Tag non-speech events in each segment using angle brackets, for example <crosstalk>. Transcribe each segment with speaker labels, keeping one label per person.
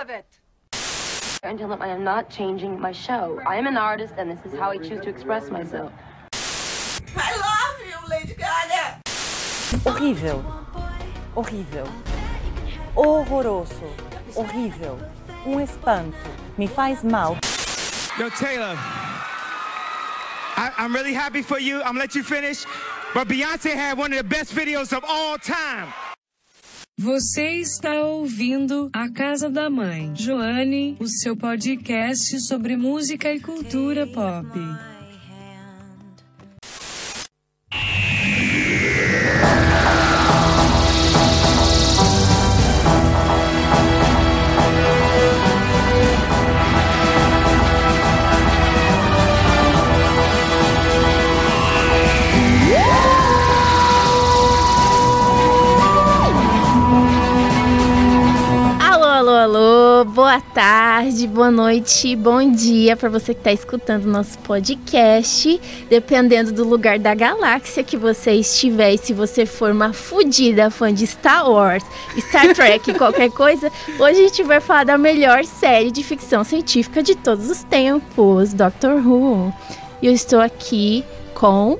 Speaker 1: of it.
Speaker 2: Until I am not changing my show. I am an artist and this is how I choose to express myself.
Speaker 3: I love you, Lady Gaga.
Speaker 4: Horrível. Horrível. Horroroso. Horrível. Um espanto. Me faz mal.
Speaker 5: Yo, Taylor, I, I'm really happy for you. I'm gonna let you finish. But Beyonce had one of the best videos of all time.
Speaker 6: Você está ouvindo A Casa da Mãe, Joane, o seu podcast sobre música e cultura pop.
Speaker 7: Alô, alô, alô, boa tarde, boa noite, bom dia para você que está escutando nosso podcast. Dependendo do lugar da galáxia que você estiver e se você for uma fodida fã de Star Wars, Star Trek, qualquer coisa, hoje a gente vai falar da melhor série de ficção científica de todos os tempos, Doctor Who. E eu estou aqui com.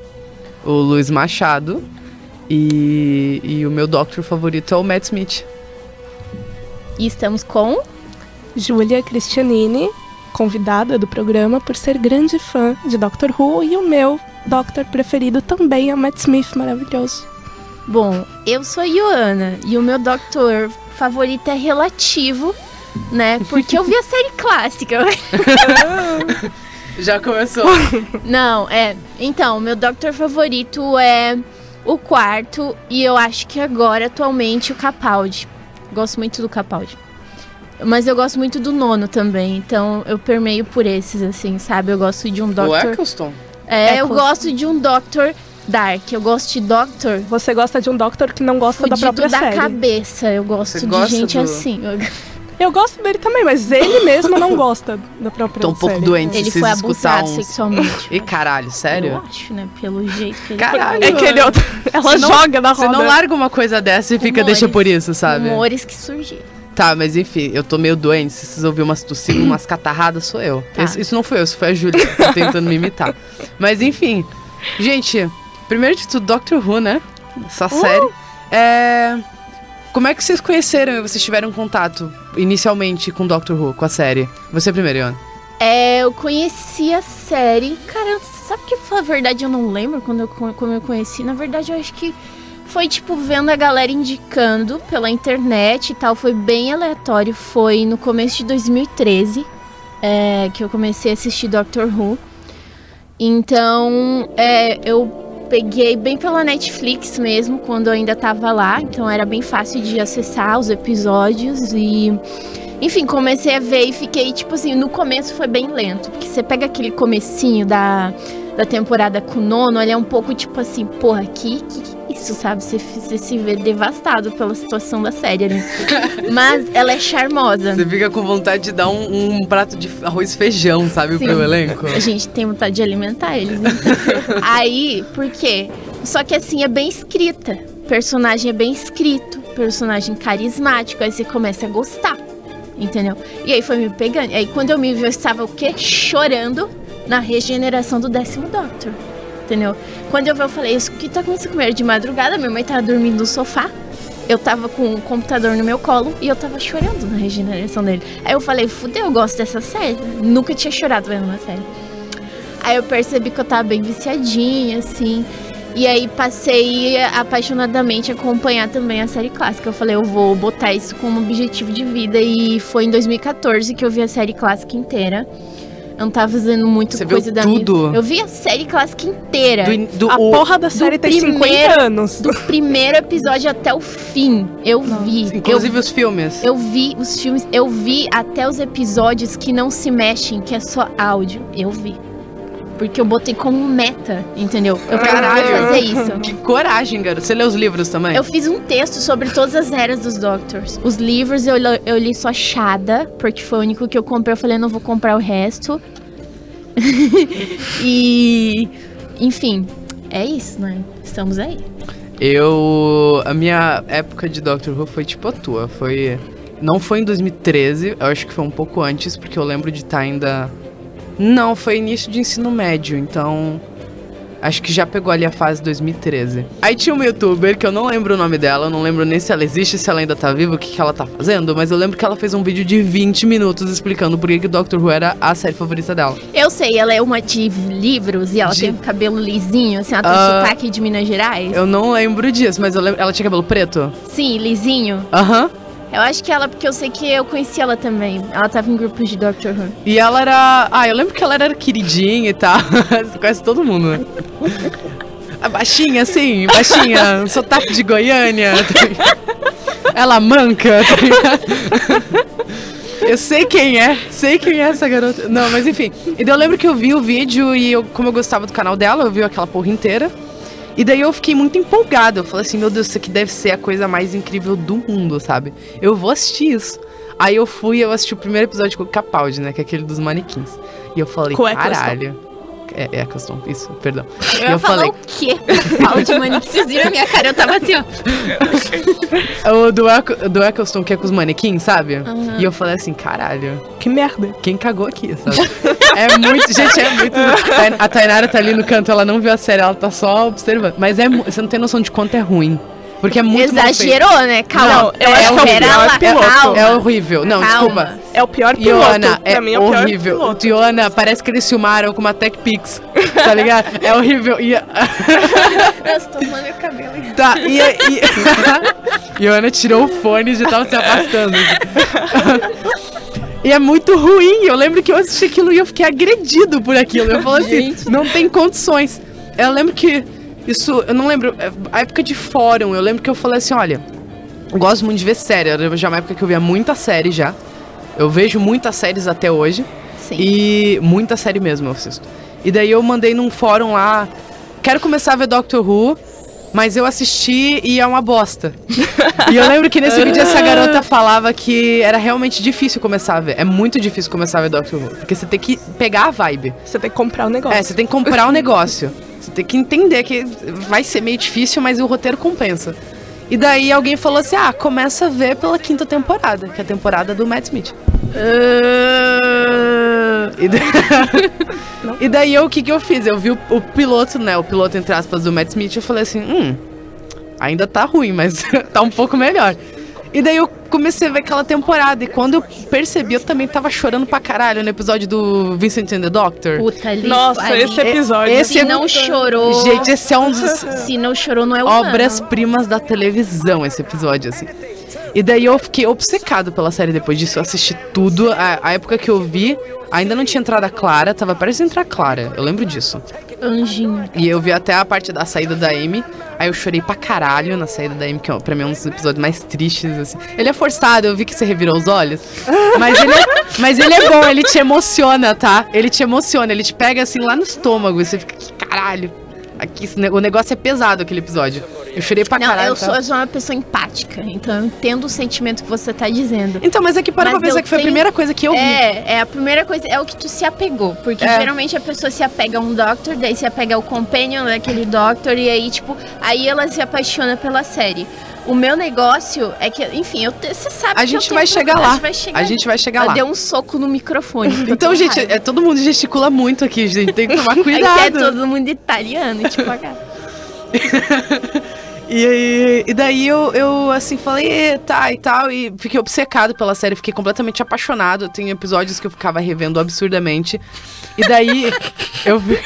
Speaker 8: o Luiz Machado e, e o meu Doctor favorito é o Matt Smith.
Speaker 7: E estamos com.
Speaker 9: Júlia Cristianini, convidada do programa por ser grande fã de Doctor Who e o meu Doctor preferido também é o Matt Smith, maravilhoso.
Speaker 7: Bom, eu sou a Ioana e o meu doctor favorito é relativo, né? Porque eu vi a série <laughs> clássica.
Speaker 9: <laughs>
Speaker 8: Já começou.
Speaker 7: Não, é. Então, meu doctor favorito é o quarto e eu acho que agora, atualmente, o Capaldi. Gosto muito do Capaldi. Mas eu gosto muito do nono também, então eu permeio por esses, assim, sabe? Eu gosto de um
Speaker 8: o
Speaker 7: Doctor.
Speaker 8: Eccleston.
Speaker 7: É, eu
Speaker 9: Eccleston.
Speaker 7: gosto de um Doctor Dark. Eu gosto de Doctor
Speaker 9: Você gosta de um Doctor que não gosta da
Speaker 7: fudido
Speaker 9: própria
Speaker 7: da
Speaker 9: série.
Speaker 7: cabeça. Eu gosto
Speaker 8: Você
Speaker 7: de
Speaker 8: gosta
Speaker 7: gente
Speaker 8: do-
Speaker 7: assim. Eu-
Speaker 9: Eu gosto dele também, mas ele mesmo não gosta da própria série.
Speaker 8: Tô um pouco doente
Speaker 7: Ele
Speaker 8: se
Speaker 7: foi
Speaker 8: vocês escutar
Speaker 7: abusado assim.
Speaker 8: uns...
Speaker 7: sexualmente.
Speaker 8: E caralho,
Speaker 7: Eu
Speaker 8: sério?
Speaker 7: acho, né? Pelo jeito que ele
Speaker 8: Caralho.
Speaker 9: É que ele é outro- Ela
Speaker 8: Você não-
Speaker 9: joga na roda.
Speaker 8: Você não larga uma coisa dessa e fica,
Speaker 7: Humores.
Speaker 8: deixa por isso, sabe?
Speaker 7: Humores que surgiram.
Speaker 8: Tá, mas enfim, eu tô meio doente. Se vocês ouviram umas tossindo, umas catarradas, sou eu.
Speaker 7: Tá.
Speaker 8: Isso, isso não foi eu, isso foi a Júlia que tá tentando
Speaker 7: <laughs>
Speaker 8: me imitar. Mas enfim, gente, primeiro de tudo, Doctor Who, né? Essa
Speaker 7: Uh!
Speaker 8: série. É... Como é que vocês conheceram e vocês tiveram contato inicialmente com Doctor Who, com a série? Você primeiro, Ian.
Speaker 7: É, eu conheci a série. Cara, eu- sabe que pra falar a verdade eu não lembro quando eu, co- como eu conheci? Na verdade, eu acho que foi tipo vendo a galera indicando pela internet e tal. Foi bem aleatório. Foi no começo de 2013 é, que eu comecei a assistir Doctor Who. Então, é, eu peguei bem pela Netflix mesmo, quando eu ainda tava lá. Então, era bem fácil de acessar os episódios e. Enfim, comecei a ver e fiquei, tipo assim, no começo foi bem lento. Porque você pega aquele comecinho da, da temporada com o nono, ele é um pouco tipo assim, porra, que, que que isso, sabe? Você, fi- você se vê devastado pela situação da série ali. Mas ela é charmosa.
Speaker 8: Você fica com vontade de dar um, um prato de arroz e feijão, sabe,
Speaker 7: Sim.
Speaker 8: pro elenco?
Speaker 7: A gente tem vontade de alimentar eles. né? Aí, por quê? Só que assim, é bem escrita. Personagem é bem escrito, personagem carismático, aí você começa a gostar. Entendeu? E aí foi me pegando. Aí quando eu me vi, eu estava o quê? Chorando na regeneração do décimo Doctor. Entendeu? Quando eu vi, eu falei, isso que tá acontecendo comigo? Era de madrugada, minha mãe tava dormindo no sofá. Eu tava com o computador no meu colo e eu tava chorando na regeneração dele. Aí eu falei, fudeu, eu gosto dessa série. Nunca tinha chorado vendo uma série. Aí eu percebi que eu tava bem viciadinha, assim. E aí passei apaixonadamente a acompanhar também a série clássica. Eu falei, eu vou botar isso como objetivo de vida. E foi em 2014 que eu vi a série clássica inteira. Eu não tava fazendo muito
Speaker 8: Você viu
Speaker 7: coisa da
Speaker 8: tudo?
Speaker 7: minha. Eu vi a série clássica inteira.
Speaker 8: Do in- do-
Speaker 9: A
Speaker 8: o-
Speaker 9: porra da série tem
Speaker 7: primeiro-
Speaker 9: 50 anos.
Speaker 7: Do primeiro episódio até o fim. Eu vi. Eu
Speaker 8: Inclusive os filmes.
Speaker 7: eu vi os filmes, eu vi até os episódios que não se mexem, que é só áudio. Eu vi. Porque eu botei como meta, entendeu? Eu falei, eu
Speaker 8: Caralho.
Speaker 7: vou fazer isso.
Speaker 8: Que coragem, garoto. Você lê os livros também?
Speaker 7: Eu fiz um texto sobre todas as eras dos Doctors. Os livros eu, lo- eu li só Chada, porque foi o único que eu comprei. Eu falei, não vou comprar o resto. <laughs> e. Enfim, é isso, né? Estamos aí.
Speaker 8: Eu. A minha época de Doctor Who foi tipo a tua. Foi Não foi em 2013, eu acho que foi um pouco antes, porque eu lembro de estar ainda. Não, foi início de ensino médio, então. Acho que já pegou ali a fase 2013. Aí tinha uma youtuber que eu não lembro o nome dela, eu não lembro nem se ela existe, se ela ainda tá viva, o que, que ela tá fazendo, mas eu lembro que ela fez um vídeo de 20 minutos explicando por que, que Doctor Who era a série favorita dela.
Speaker 7: Eu sei, ela é uma de livros e ela
Speaker 8: De-
Speaker 7: tem um cabelo lisinho, assim, ela tem
Speaker 8: Ah.
Speaker 7: sotaque de Minas Gerais.
Speaker 8: Eu não lembro disso, mas eu lembro. Ela tinha cabelo preto?
Speaker 7: Sim, lisinho.
Speaker 8: Aham.
Speaker 7: Eu acho que ela, porque eu sei que eu conheci ela também. Ela tava em grupos de Doctor Who.
Speaker 8: E ela era. Ah, eu lembro que ela era queridinha e tal. <laughs> Você conhece todo mundo, né? A baixinha, sim, baixinha, Um sotaque de Goiânia. tá ligado? Ela manca, tá ligado? Eu sei quem é, sei quem é essa garota. Não, mas enfim. E daí eu lembro que eu vi o vídeo e eu, como eu gostava do canal dela, eu vi aquela porra inteira. E daí eu fiquei muito empolgada. Eu falei assim, meu Deus, isso aqui deve ser a coisa mais incrível do mundo, sabe? Eu vou assistir isso. Aí eu fui e eu assisti o primeiro episódio com o Capaldi, né? Que é aquele dos manequins. E eu falei,
Speaker 9: Com o Eccleston.
Speaker 8: caralho. É, é Eccleston, isso, perdão. E
Speaker 7: ia falar o quê? <laughs> Pau de mano, vocês viram a minha cara? Eu tava assim, ó.
Speaker 8: É O do, Eco- do Eccleston, que é com os manequins, sabe? E eu falei assim, caralho,
Speaker 9: Que merda.
Speaker 8: quem cagou aqui, sabe? é muito, gente, é muito. A Tainara tá ali no canto, ela não viu a série, ela tá só observando. Mas é, mu- você não tem noção de quanto é ruim. Porque é muito mal feito.
Speaker 7: Exagerou, né? Calma.
Speaker 9: Não, eu acho que é o
Speaker 7: pera
Speaker 9: pior
Speaker 7: lá,
Speaker 9: piloto.
Speaker 7: calma.
Speaker 8: É horrível. Não,
Speaker 7: Calma.
Speaker 8: desculpa.
Speaker 9: É o pior piloto.
Speaker 8: Iona,
Speaker 9: pra
Speaker 8: é,
Speaker 9: mim é o pior
Speaker 8: horrível.
Speaker 9: piloto.
Speaker 8: Iona, parece que eles filmaram com uma Tech Pix, tá ligado? É horrível. E,
Speaker 7: Nossa, tô tomando meu cabelo.
Speaker 8: <laughs> tá, e, e <laughs> Iona tirou o fone e já tava se afastando. E é muito ruim. Eu lembro que eu assisti aquilo e eu fiquei agredido por aquilo. Eu falo assim, não tem condições. Eu lembro que isso, eu não lembro, é, a época de fórum, eu lembro que eu falei assim, olha, eu gosto muito de ver série. Era já uma época que eu via muita série já. Eu vejo muitas séries até hoje.
Speaker 7: Sim.
Speaker 8: E muita série mesmo eu assisto. E daí eu mandei num fórum lá. Quero começar a ver Doctor Who, mas eu assisti e é uma bosta. e eu lembro que nesse vídeo essa garota falava que era realmente difícil começar a ver. É muito difícil começar a ver Doctor Who. Porque você tem que pegar a vibe.
Speaker 9: Você tem que comprar o negócio.
Speaker 8: É, você tem que comprar o negócio. Você tem que entender que vai ser meio difícil, mas o roteiro compensa. E daí alguém falou assim: ah, começa a ver pela quinta temporada, que é a temporada do Matt Smith. Ah, E, da- <laughs> E daí eu, o que, que eu fiz? Eu vi o, o piloto, né? O piloto, entre aspas, do Matt Smith, eu falei assim: hum, ainda tá ruim, mas <laughs> tá um pouco melhor. E daí eu comecei a ver aquela temporada, e quando eu percebi, eu também tava chorando pra caralho no episódio do Vincent and the Doctor.
Speaker 7: Puta, ali,
Speaker 9: Nossa,
Speaker 7: ali.
Speaker 9: esse é episódio.
Speaker 8: esse- é
Speaker 7: Se Tipo assim, não chorou.
Speaker 8: Gente, esse é um dos
Speaker 7: <laughs> se não chorou, não é humano.
Speaker 8: obras-primas da televisão, esse episódio, assim. E daí eu fiquei obcecado pela série depois disso. Eu assisti tudo. A, a época que eu vi, ainda não tinha entrado a Clara, tava prestes a entrar a Clara. Eu lembro disso.
Speaker 7: Anjinho.
Speaker 8: E eu vi até a parte da saída da Amy. Aí eu chorei pra caralho na saída da Amy, que é, pra mim é um dos episódios mais tristes, assim. Ele é forçado, eu vi que você revirou os olhos. Mas ele é, mas ele é bom, ele te emociona, tá? Ele te emociona, ele te pega assim lá no estômago. E você fica, que caralho. Aqui, esse ne- o negócio é pesado aquele episódio. Eu chorei pra
Speaker 7: Não,
Speaker 8: caralho.
Speaker 7: eu
Speaker 8: tá?
Speaker 7: sou, eu sou uma pessoa empática, então eu entendo o sentimento que você tá dizendo.
Speaker 8: Então, mas é que para
Speaker 7: Mas
Speaker 8: pra pensar
Speaker 7: eu
Speaker 8: que foi a
Speaker 7: tenho-
Speaker 8: primeira coisa que eu vi.
Speaker 7: É, é a primeira coisa, é o que tu se apegou. Porque
Speaker 8: É.
Speaker 7: geralmente a pessoa se apega a um Doctor, daí se apega ao Companion daquele Doctor, e aí, tipo, aí ela se apaixona pela série. O meu negócio é que, enfim, eu te- você sabe
Speaker 8: A
Speaker 7: que eu
Speaker 8: gente
Speaker 7: tenho
Speaker 8: vai
Speaker 7: pro-
Speaker 8: chegar
Speaker 7: A
Speaker 8: lá.
Speaker 7: gente vai chegar,
Speaker 8: A gente vai chegar
Speaker 7: Ela
Speaker 8: lá.
Speaker 7: deu um soco no
Speaker 8: <laughs>
Speaker 7: microfone. porque eu
Speaker 8: Então,
Speaker 7: <laughs> tô
Speaker 8: gente,
Speaker 7: raiva.
Speaker 8: é, todo mundo gesticula muito aqui, gente. Tem que
Speaker 7: <laughs>
Speaker 8: tomar
Speaker 7: é
Speaker 8: cuidado.
Speaker 7: que é todo mundo italiano, tipo, a cara.
Speaker 8: <laughs> E, aí- e daí eu, eu assim falei, "É, tá e tal, e fiquei obcecado pela série, fiquei completamente apaixonado. Tem episódios que eu ficava revendo absurdamente. E daí eu vi-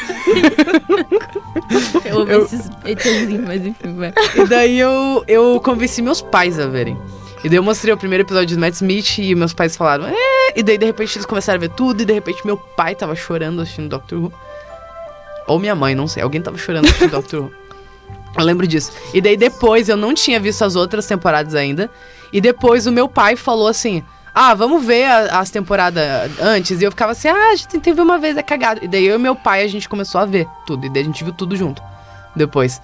Speaker 7: Eu ouvi
Speaker 8: <laughs> Eu-
Speaker 7: esses ETzinhos, mas enfim, vai.
Speaker 8: e daí eu, eu convenci meus pais a verem. E daí eu mostrei o primeiro episódio do Matt Smith e meus pais falaram, é, e daí de repente eles começaram a ver tudo, e de repente meu pai tava chorando assistindo Doctor Who. Ou minha mãe, não sei, alguém tava chorando assistindo Doctor Who. <laughs> Eu lembro disso. E daí depois, eu não tinha visto as outras temporadas ainda. E depois o meu pai falou assim: Ah, vamos ver a- as temporadas antes. E eu ficava assim: Ah, a gente teve uma vez, é cagado. E daí eu e meu pai, a gente começou a ver tudo. E daí a gente viu tudo junto depois.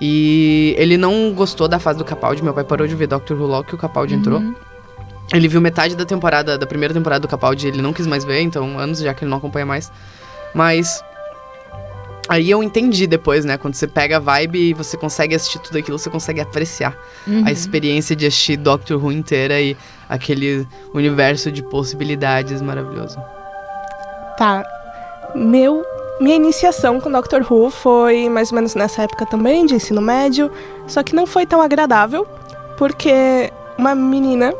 Speaker 8: E ele não gostou da fase do Capaldi. Meu pai parou de ver Doctor Who logo que o Capaldi entrou.
Speaker 9: Uhum.
Speaker 8: Ele viu metade da temporada, da primeira temporada do Capaldi, ele não quis mais ver, então anos já que ele não acompanha mais. Mas aí eu entendi depois, né? Quando você pega a vibe e
Speaker 9: Uhum.
Speaker 8: você consegue assistir tudo aquilo, você consegue apreciar a experiência de assistir Doctor Who inteira e aquele universo de possibilidades maravilhoso. É.
Speaker 9: Tá. Meu, minha iniciação com Dr. Who foi mais ou menos nessa época também, de ensino médio. Só que não foi tão agradável, porque uma menina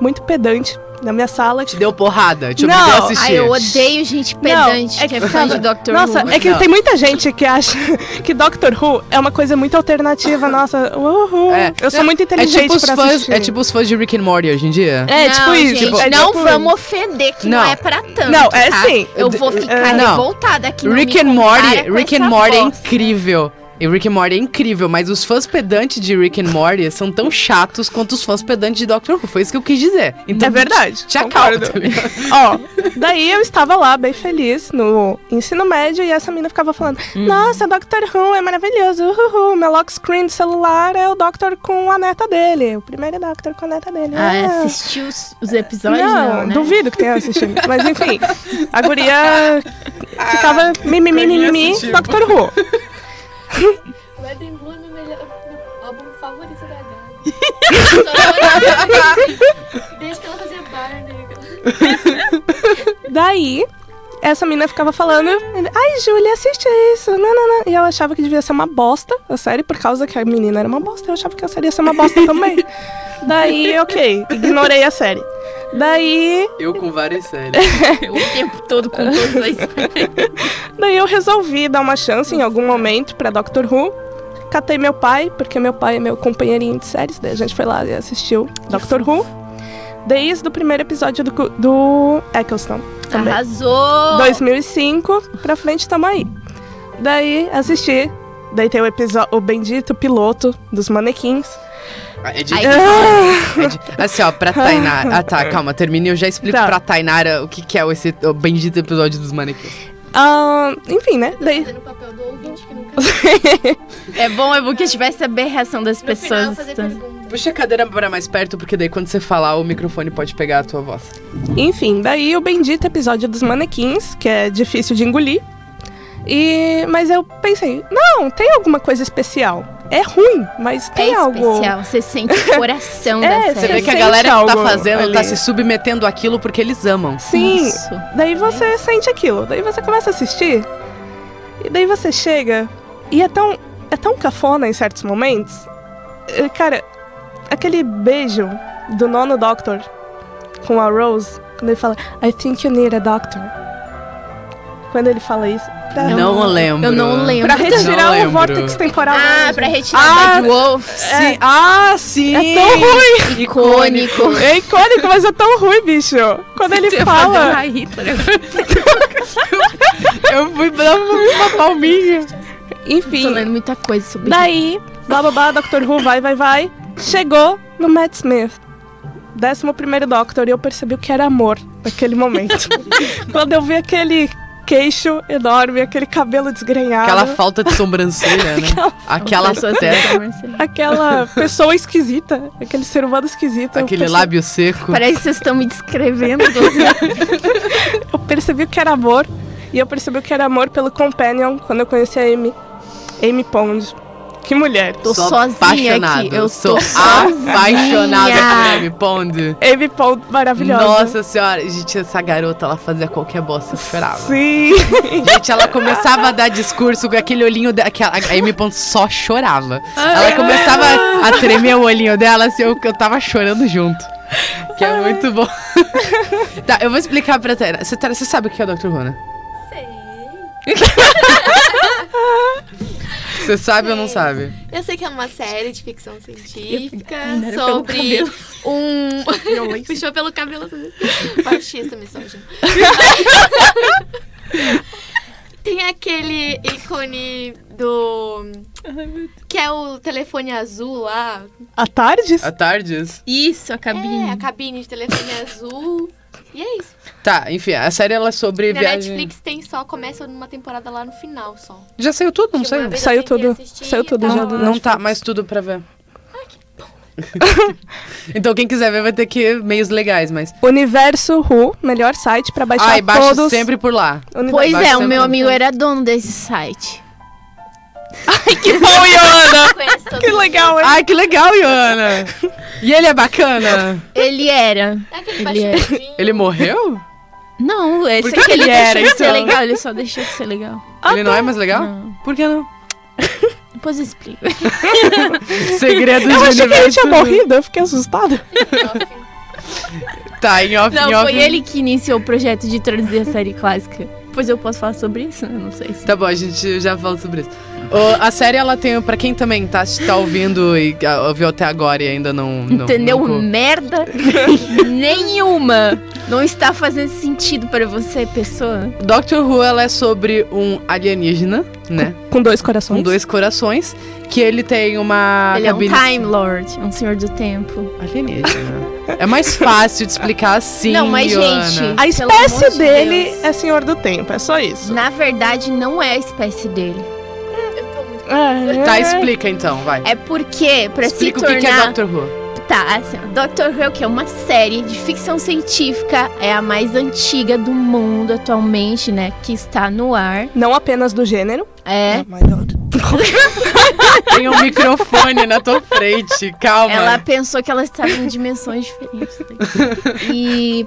Speaker 9: muito pedante na minha sala.
Speaker 8: Te deu porrada, te
Speaker 9: Não,
Speaker 8: obrigou a assistir. É.
Speaker 7: Ai, eu odeio gente pedante
Speaker 9: Não, é
Speaker 7: que,
Speaker 9: que
Speaker 7: é fã
Speaker 9: ficava-
Speaker 7: de Dr.
Speaker 9: Nossa,
Speaker 7: Who.
Speaker 9: é que
Speaker 8: Não.
Speaker 9: tem muita gente que acha <laughs> que Doctor Who é uma coisa muito alternativa. Nossa, uhul.
Speaker 8: É.
Speaker 9: Eu sou muito
Speaker 8: É
Speaker 9: inteligente
Speaker 8: tipo, os
Speaker 9: pra
Speaker 8: fãs,
Speaker 9: assistir.
Speaker 8: é tipo os fãs de Rick and Morty hoje em dia.
Speaker 9: É,
Speaker 7: não,
Speaker 9: tipo isso.
Speaker 7: gente,
Speaker 9: é tipo
Speaker 7: não
Speaker 9: isso.
Speaker 7: vamos ofender que não,
Speaker 8: Não.
Speaker 7: é pra tanto.
Speaker 9: Não, é
Speaker 7: tá?
Speaker 9: sim.
Speaker 7: Eu vou ficar
Speaker 8: é, não.
Speaker 7: revoltada aqui.
Speaker 8: Rick and Morty, Rick and Morty é incrível. E Rick and Morty é incrível, mas os fãs pedantes de Rick and Morty são tão chatos quanto os fãs pedantes de Doctor Who. Foi isso que eu quis dizer. Então,
Speaker 9: É verdade.
Speaker 8: Te acalma,
Speaker 9: concordo.
Speaker 8: tá ligado?
Speaker 9: Ó, daí eu estava lá bem feliz no ensino médio e essa menina ficava falando:
Speaker 7: Hum.
Speaker 9: Nossa, Doctor Who é maravilhoso, uhul, meu lock screen do celular é o Doctor com a neta dele, o primeiro Doctor com a neta dele.
Speaker 7: Ah, assistiu os, os episódios? Não,
Speaker 9: Não,
Speaker 7: né?
Speaker 9: duvido que tenha assistido. Mas enfim, a
Speaker 8: <laughs>
Speaker 9: guria
Speaker 8: Ah,
Speaker 9: ficava mimimi, mimimi, Doctor Who.
Speaker 1: Red Blue é meu melhor- meu álbum favorito da Gaga. Desde que ela fazia Barney.
Speaker 9: <laughs> Daí, essa menina ficava falando, ai, Júlia, assiste isso, não, não, não. E eu achava que devia ser uma bosta a série, por causa que a menina era uma bosta, eu achava que a série ia ser uma bosta também. Daí, ok, ignorei a série. Daí,
Speaker 8: <laughs> Eu com várias séries.
Speaker 7: O tempo todo com tá, todos os
Speaker 9: daí eu resolvi dar uma chance em algum momento pra Doctor Who. Catei meu pai, porque meu pai é meu companheirinho de séries, daí a gente foi lá e assistiu Doctor Who. Desde o primeiro episódio do, do Eccleston. Também.
Speaker 7: Arrasou!
Speaker 9: 2005 pra frente tamo aí. Daí assisti, daí tem o episódio, o bendito piloto dos
Speaker 7: <laughs>
Speaker 9: manequins.
Speaker 8: É de...
Speaker 7: Ai,
Speaker 8: é de- Assim, ó, pra Tainara. Ah, tá, calma, termine. Eu já explico
Speaker 9: Tá.
Speaker 8: pra Tainara o que, que é esse o bendito episódio dos manequins.
Speaker 9: Ah, enfim, né? Daí <laughs>
Speaker 1: Fazendo o papel do ouvinte que nunca
Speaker 7: É bom, é bom que a gente vai saber a reação das
Speaker 1: No final,
Speaker 7: pessoas.
Speaker 1: fazer
Speaker 7: tá?
Speaker 1: pergunta.
Speaker 8: Puxa a cadeira pra mais perto, porque daí quando você falar, o microfone pode pegar a tua voz.
Speaker 9: Enfim, daí o bendito episódio dos manequins, que é difícil de engolir. E mas eu pensei, não, tem alguma coisa especial. É ruim, mas tem
Speaker 7: é
Speaker 9: algo.
Speaker 7: especial, você sente o coração
Speaker 9: É,
Speaker 7: da
Speaker 8: Você
Speaker 9: Você
Speaker 8: vê
Speaker 7: série.
Speaker 8: que a
Speaker 9: sente
Speaker 8: galera que tá
Speaker 9: algo
Speaker 8: fazendo tá
Speaker 9: ali.
Speaker 8: se submetendo àquilo porque eles amam.
Speaker 9: Sim.
Speaker 7: Isso.
Speaker 9: Daí você sente aquilo, daí você começa a assistir. E daí você chega e é tão é tão cafona em certos momentos. Eh, Cara, aquele beijo do nono Doctor com a Rose, quando ele fala I think you need a doctor. Quando ele fala isso, pra-
Speaker 8: Não lembro.
Speaker 7: Eu não lembro.
Speaker 9: Pra
Speaker 8: Não
Speaker 9: retirar
Speaker 8: lembro.
Speaker 9: o vórtex temporal.
Speaker 7: Ah,
Speaker 9: da
Speaker 7: pra
Speaker 9: Angela.
Speaker 7: retirar
Speaker 8: Ah,
Speaker 7: ah, Bad Wolf.
Speaker 8: Sim. Ah, sim!
Speaker 9: É tão ruim! <laughs>
Speaker 7: Icônico.
Speaker 9: É icônico, mas é tão ruim, bicho. Quando ele fala.
Speaker 8: Eu fui dar uma palminha.
Speaker 9: Enfim.
Speaker 7: Tô lendo muita coisa sobre
Speaker 9: Daí, blá blá blá, Doctor Who, vai, vai, vai. Chegou no Matt Smith. 11 Doctor, e eu percebi o que era amor naquele momento.
Speaker 8: <laughs>
Speaker 9: Quando eu vi aquele queixo enorme, aquele cabelo desgrenhado.
Speaker 8: Aquela falta de sobrancelha, né? Aquela
Speaker 7: pessoas que
Speaker 8: testa,
Speaker 7: amam, assim.
Speaker 9: aquela pessoa esquisita, aquele ser humano esquisito. Eu
Speaker 8: aquele
Speaker 9: percebi-
Speaker 8: lábio seco.
Speaker 7: Parece que vocês estão me descrevendo.
Speaker 9: Eu percebi o que era amor. E eu percebi o que era amor pelo Companion quando eu conheci a Amy. Amy Pond. Que mulher.
Speaker 7: Tô sozinha
Speaker 8: apaixonado.
Speaker 7: aqui. Eu
Speaker 8: sou
Speaker 7: tô
Speaker 8: apaixonada por
Speaker 7: sozinha.
Speaker 8: Amy Pond.
Speaker 9: Amy Pond maravilhosa.
Speaker 8: Nossa senhora, gente, essa garota, ela fazia qualquer bosta, eu chorava. <laughs>
Speaker 9: Sim.
Speaker 8: Gente, ela começava a dar discurso com aquele olhinho dela, que a a Amy Pond só chorava.
Speaker 1: Ah.
Speaker 8: Ela começava a tremer o olhinho dela, assim, eu, eu tava chorando junto. Que
Speaker 1: Ah.
Speaker 8: é muito bom. <laughs> tá, eu vou explicar pra Tera. Você, Tera, você sabe o que é o Dr. Who, né?
Speaker 1: Sei.
Speaker 8: Você sabe ou não sabe?
Speaker 1: Eu sei que é uma série de ficção científica sobre um. <laughs> Puxou pelo cabelo. Baixista, misógino. Tem aquele ícone do. Que é o telefone azul lá.
Speaker 9: À tarde?
Speaker 8: À tardes.
Speaker 7: Isso, a
Speaker 1: É,
Speaker 7: cabine.
Speaker 1: a cabine de telefone azul. E é isso.
Speaker 8: Tá, enfim, a série ela é sobre
Speaker 1: Na
Speaker 8: viagem.
Speaker 1: Netflix tem só, começa numa temporada lá no final só.
Speaker 8: Já saiu tudo, não
Speaker 1: Que uma
Speaker 8: saiu?
Speaker 1: vez eu
Speaker 9: Saiu
Speaker 1: tentei
Speaker 9: tudo.
Speaker 1: assistir
Speaker 9: Saiu
Speaker 1: e
Speaker 9: tudo
Speaker 1: eu
Speaker 9: já
Speaker 1: tava-
Speaker 9: do
Speaker 8: Não tá mais tudo pra ver. <laughs> então quem quiser ver vai ter que ir meios legais, mas.
Speaker 9: Universo Who, melhor site pra baixar
Speaker 8: Ai, baixa
Speaker 9: todos.
Speaker 8: sempre por lá.
Speaker 9: Universo-
Speaker 7: Pois é, o
Speaker 8: Bastante
Speaker 7: meu amigo
Speaker 8: bom.
Speaker 7: era dono desse site.
Speaker 9: Que bom, Iana!
Speaker 7: é <laughs>
Speaker 1: Conheço todo
Speaker 9: Que
Speaker 1: mundo.
Speaker 9: legal, hein?
Speaker 8: Ai, que legal, Iana! E ele é bacana?
Speaker 7: Ele era.
Speaker 1: É aquele
Speaker 7: Ele é-
Speaker 1: baixinho.
Speaker 8: <laughs> Ele morreu?
Speaker 7: Não, é
Speaker 8: Por
Speaker 7: só
Speaker 8: que
Speaker 7: que ele
Speaker 8: ele
Speaker 7: deixou
Speaker 8: era,
Speaker 7: de ser
Speaker 8: então?
Speaker 7: legal, ele só deixou de ser legal.
Speaker 8: ele não é mais legal?
Speaker 7: Ah, Não.
Speaker 8: Por que não?
Speaker 7: Depois eu explico.
Speaker 8: Segredos
Speaker 9: Eu
Speaker 8: do
Speaker 9: achei que ele
Speaker 8: Ah, universo.
Speaker 9: tinha morrido, eu fiquei assustada.
Speaker 1: assim.
Speaker 8: Tá, em off,
Speaker 7: <laughs> Não,
Speaker 8: em off.
Speaker 7: foi ele que iniciou o projeto de traduzir a série clássica. Pois eu posso falar sobre isso? Eu não sei se.
Speaker 8: Tá bom, a gente já fala sobre isso. O- a série, ela tem, pra quem também tá, tá ouvindo e ah, ouviu até agora e ainda não... não-
Speaker 7: Entendeu?
Speaker 8: não- <laughs>
Speaker 7: Merda nenhuma. Não está fazendo sentido para você, pessoa.
Speaker 8: Doctor Who, ela é sobre um alienígena, né?
Speaker 9: Com dois corações.
Speaker 8: Com dois corações, que ele tem uma
Speaker 7: ele é um
Speaker 8: cabine-
Speaker 7: Time Lord, um senhor do tempo.
Speaker 8: Alienígena. é mais fácil de explicar assim,
Speaker 7: Não, mas,
Speaker 8: Joana.
Speaker 7: gente,
Speaker 9: A
Speaker 7: Pelo
Speaker 9: espécie
Speaker 7: amor de
Speaker 9: dele
Speaker 7: Deus.
Speaker 9: é Senhor do Tempo, é só isso.
Speaker 7: Na verdade, não é a espécie dele.
Speaker 9: É,
Speaker 8: Tá,
Speaker 9: é.
Speaker 8: explica então, vai.
Speaker 7: É porque, para se
Speaker 8: explica o que que é
Speaker 7: tornar.
Speaker 8: Doctor Who.
Speaker 7: Tá, assim, ó, Doctor Who, que é uma série de ficção científica, é a mais antiga do mundo atualmente, né? Que está no ar.
Speaker 9: Não apenas do gênero.
Speaker 7: É.
Speaker 9: Oh, my God.
Speaker 8: Tem um microfone na tua frente, calma.
Speaker 7: Ela pensou que ela estava em dimensões diferentes. E,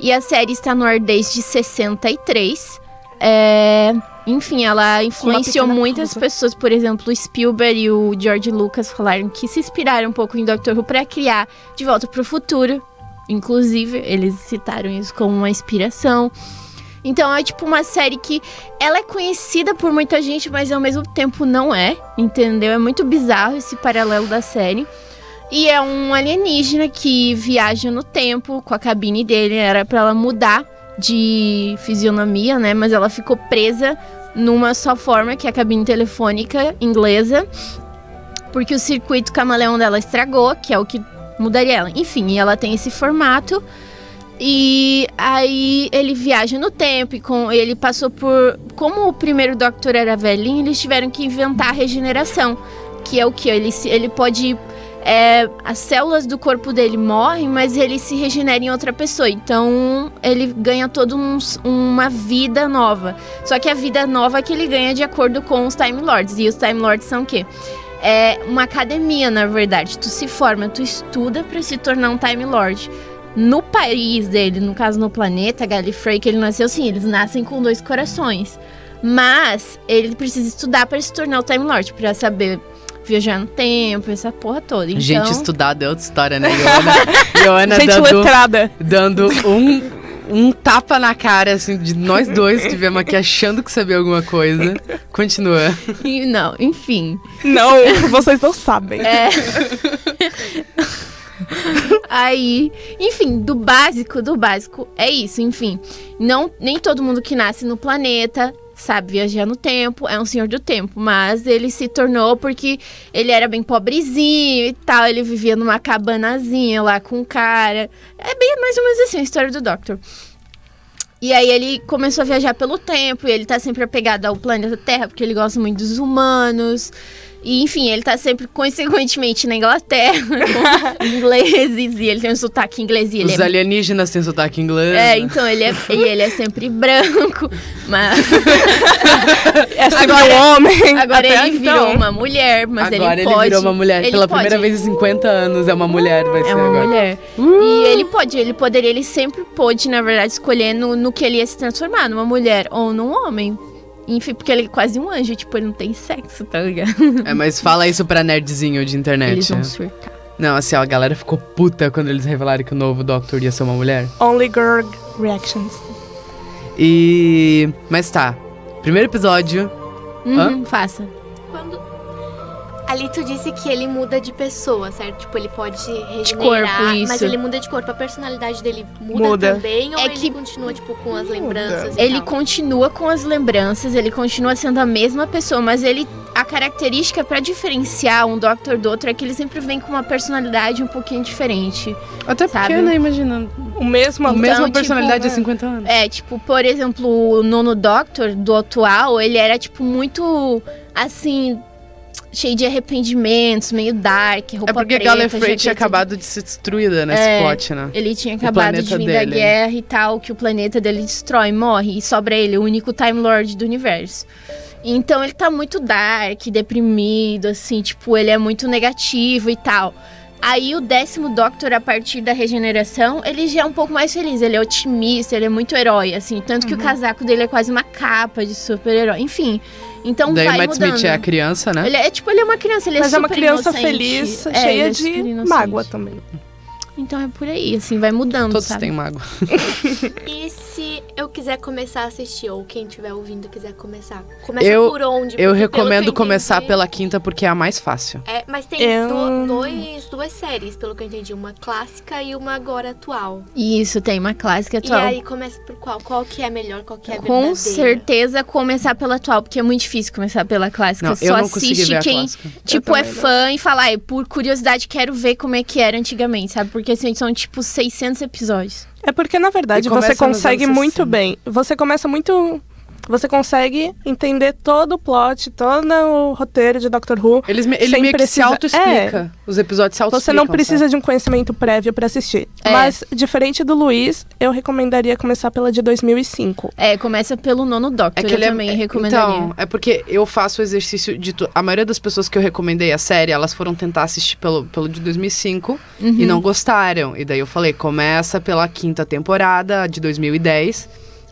Speaker 7: e a série está no ar desde 63. É, enfim, ela influenciou
Speaker 9: pequena
Speaker 7: muitas
Speaker 9: pausa.
Speaker 7: pessoas. Por exemplo, o Spielberg e o George Lucas falaram que se inspiraram um pouco em Doctor Who para criar De Volta para o Futuro. Inclusive, eles citaram isso como uma inspiração. Então é tipo uma série que ela é conhecida por muita gente, mas ao mesmo tempo não é, entendeu? É muito bizarro esse paralelo da série. E é um alienígena que viaja no tempo com a cabine dele, era pra ela mudar de fisionomia, né? Mas ela ficou presa numa só forma, que é a cabine telefônica inglesa, porque o circuito camaleão dela estragou, que é o que mudaria ela. Enfim, e ela tem esse formato. E aí ele viaja no tempo e com ele passou por como o primeiro Doctor era velhinho, eles tiveram que inventar a regeneração, que é o que ele se- ele pode é, as células do corpo dele morrem, mas ele se regenera em outra pessoa. Então ele ganha toda uma vida nova. Só que a vida nova que ele ganha é de acordo com os Time Lords. E os Time Lords são o quê? É uma academia, na verdade. Tu se forma, tu estuda pra se tornar um Time Lord. No país dele, no caso no planeta Gallifrey, que ele nasceu, sim, eles nascem com dois corações. Mas ele precisa estudar pra se tornar o Time Lord, pra saber viajar no tempo, essa porra toda. Então,
Speaker 8: Gente, estudada é outra história, né, Joana? Joana
Speaker 9: Gente
Speaker 8: dando,
Speaker 9: letrada.
Speaker 8: dando um, um tapa na cara, assim, de nós dois que viemos aqui achando que sabia alguma coisa. Continua.
Speaker 7: <laughs> e não, enfim.
Speaker 9: Não,
Speaker 8: <laughs>
Speaker 9: vocês não sabem.
Speaker 7: É. Aí, enfim, do básico, do básico, é isso, enfim. Não, nem todo mundo que nasce no planeta sabe viajar no tempo, é um senhor do tempo, mas ele se tornou porque ele era bem pobrezinho e tal, ele vivia numa cabanazinha lá com um cara. É bem mais ou menos assim a história do Doctor. E aí ele começou a viajar pelo tempo e ele tá sempre apegado ao planeta Terra, porque ele gosta muito dos humanos. E enfim, ele tá sempre, consequentemente, na Inglaterra, <laughs>
Speaker 8: <laughs>
Speaker 7: com ingleses, e ele tem um sotaque inglês e ele
Speaker 8: Os
Speaker 7: é
Speaker 8: alienígenas têm sotaque inglês.
Speaker 7: é,
Speaker 8: né?
Speaker 7: então ele é, e ele é sempre branco, mas
Speaker 8: <laughs>
Speaker 9: É sobre
Speaker 7: Agora-
Speaker 9: o homem.
Speaker 7: agora
Speaker 9: Até
Speaker 7: ele
Speaker 9: então.
Speaker 7: virou uma mulher, mas
Speaker 8: agora
Speaker 7: ele pode.
Speaker 8: virou uma mulher.
Speaker 7: ele
Speaker 8: Pela
Speaker 7: pode,
Speaker 8: primeira vez em 50 anos é uma mulher, vai ser
Speaker 7: É uma
Speaker 8: agora.
Speaker 7: mulher. E ele pode, ele poderia, ele sempre pôde, na verdade, escolher no, no que ele ia se transformar, numa mulher ou num homem. Enfim, porque ele é quase um anjo, tipo, ele não tem sexo, tá ligado?
Speaker 8: É, mas fala isso pra nerdzinho de
Speaker 7: <laughs>
Speaker 8: internet.
Speaker 7: Eles vão
Speaker 8: né?
Speaker 7: surtar.
Speaker 8: Não, assim, ó, a galera ficou puta quando eles revelaram que o novo Doctor ia ser uma mulher.
Speaker 7: um
Speaker 9: Only girl reactions.
Speaker 8: E. Mas tá. Primeiro episódio.
Speaker 7: Uhum, faça.
Speaker 1: Quando... Ali tu disse que ele muda de pessoa, certo? Tipo, ele pode se regenerar,
Speaker 7: corpo, isso.
Speaker 1: mas ele muda de corpo. A personalidade dele muda,
Speaker 9: Muda.
Speaker 1: também ou
Speaker 7: É
Speaker 1: ele
Speaker 7: que-
Speaker 1: continua tipo com as lembranças? e
Speaker 7: Ele
Speaker 1: tal?
Speaker 7: continua com as lembranças, ele continua sendo a mesma pessoa, mas ele a característica pra diferenciar um Doctor do outro é que ele sempre vem com uma personalidade um pouquinho diferente.
Speaker 8: Até
Speaker 7: porque, né,
Speaker 8: Imaginando.
Speaker 9: O mesmo
Speaker 8: A
Speaker 9: ator.
Speaker 8: mesma
Speaker 7: tipo,
Speaker 8: personalidade há
Speaker 7: né?
Speaker 8: 50 anos.
Speaker 7: É, tipo, por exemplo, o nono Doctor do atual, ele era, tipo, muito, assim, cheio de arrependimentos, meio dark, roupa
Speaker 8: É porque
Speaker 7: preta,
Speaker 8: Gallifrey tinha
Speaker 7: jaqueta-
Speaker 8: acabado de ser destruída nesse
Speaker 7: É.
Speaker 8: plot, né?
Speaker 7: Ele tinha acabado de
Speaker 8: planeta
Speaker 7: vir da
Speaker 8: dele.
Speaker 7: guerra e tal, que o planeta dele destrói, morre, e sobra ele, o único Time Lord do universo. Então ele tá muito dark, deprimido, assim, tipo, ele é muito negativo e tal. Aí o décimo Doctor, a partir da regeneração, ele já é um pouco mais feliz. Ele é otimista, ele é muito herói, assim. Tanto
Speaker 8: Uhum.
Speaker 7: que o casaco dele é quase uma capa de super-herói. Enfim, então
Speaker 8: Daí
Speaker 7: vai
Speaker 8: o Matt
Speaker 7: mudando.
Speaker 8: Smith é a criança, né?
Speaker 7: Ele é tipo, ele é uma criança, ele
Speaker 9: Mas
Speaker 7: é
Speaker 9: é uma
Speaker 7: super
Speaker 9: criança
Speaker 7: inocente.
Speaker 9: feliz,
Speaker 7: É, ele
Speaker 9: cheia
Speaker 7: é super
Speaker 9: de
Speaker 7: inocente.
Speaker 9: mágoa tá? também.
Speaker 7: Então é por aí, assim, vai mudando,
Speaker 8: Todos
Speaker 7: sabe?
Speaker 8: têm né? mágoa.
Speaker 1: E se eu quiser começar a assistir, ou quem estiver ouvindo quiser começar? Começa
Speaker 8: Eu-
Speaker 1: por onde? Porque
Speaker 8: Eu
Speaker 1: pelo que
Speaker 8: recomendo
Speaker 1: entendi-
Speaker 8: começar pela quinta porque é a mais fácil.
Speaker 1: É, mas tem
Speaker 9: Eu-
Speaker 1: do- dois, duas séries, pelo que eu entendi. Uma clássica e uma agora atual.
Speaker 7: Isso, tem uma clássica atual.
Speaker 1: E aí começa por qual? Qual que é melhor, qual que é verdadeira?
Speaker 7: Com certeza começar pela atual, porque é muito difícil começar pela clássica.
Speaker 8: Não,
Speaker 7: Só
Speaker 8: eu não consegui
Speaker 7: assiste
Speaker 8: ver a
Speaker 7: quem,
Speaker 8: clássica.
Speaker 7: tipo, é fã e fala, ai, por curiosidade, quero ver como é que era antigamente, sabe? Porque assim, são, tipo, 600 episódios.
Speaker 9: É porque, na verdade,
Speaker 8: E começa
Speaker 9: você
Speaker 8: nos
Speaker 9: consegue
Speaker 8: anos
Speaker 9: muito
Speaker 8: 60.
Speaker 9: bem. Você começa muito. Você consegue entender todo o plot, todo o roteiro de Doctor Who.
Speaker 8: Eles, me- ele
Speaker 9: Sem
Speaker 8: meio que se
Speaker 9: precisa- é.
Speaker 8: auto-explica. Os episódios se auto
Speaker 9: Você não precisa de um conhecimento prévio pra assistir.
Speaker 7: É.
Speaker 9: Mas, diferente do Luiz, eu recomendaria começar pela de 2005.
Speaker 7: É, começa pelo nono Doctor, É
Speaker 8: É
Speaker 7: eu também recomendaria.
Speaker 8: Então, é porque eu faço o exercício de... tu- A maioria das pessoas que eu recomendei a série, elas foram tentar assistir pelo, pelo de 2005
Speaker 7: Uhum.
Speaker 8: e não gostaram. E daí eu falei, começa pela quinta temporada, a de 2010.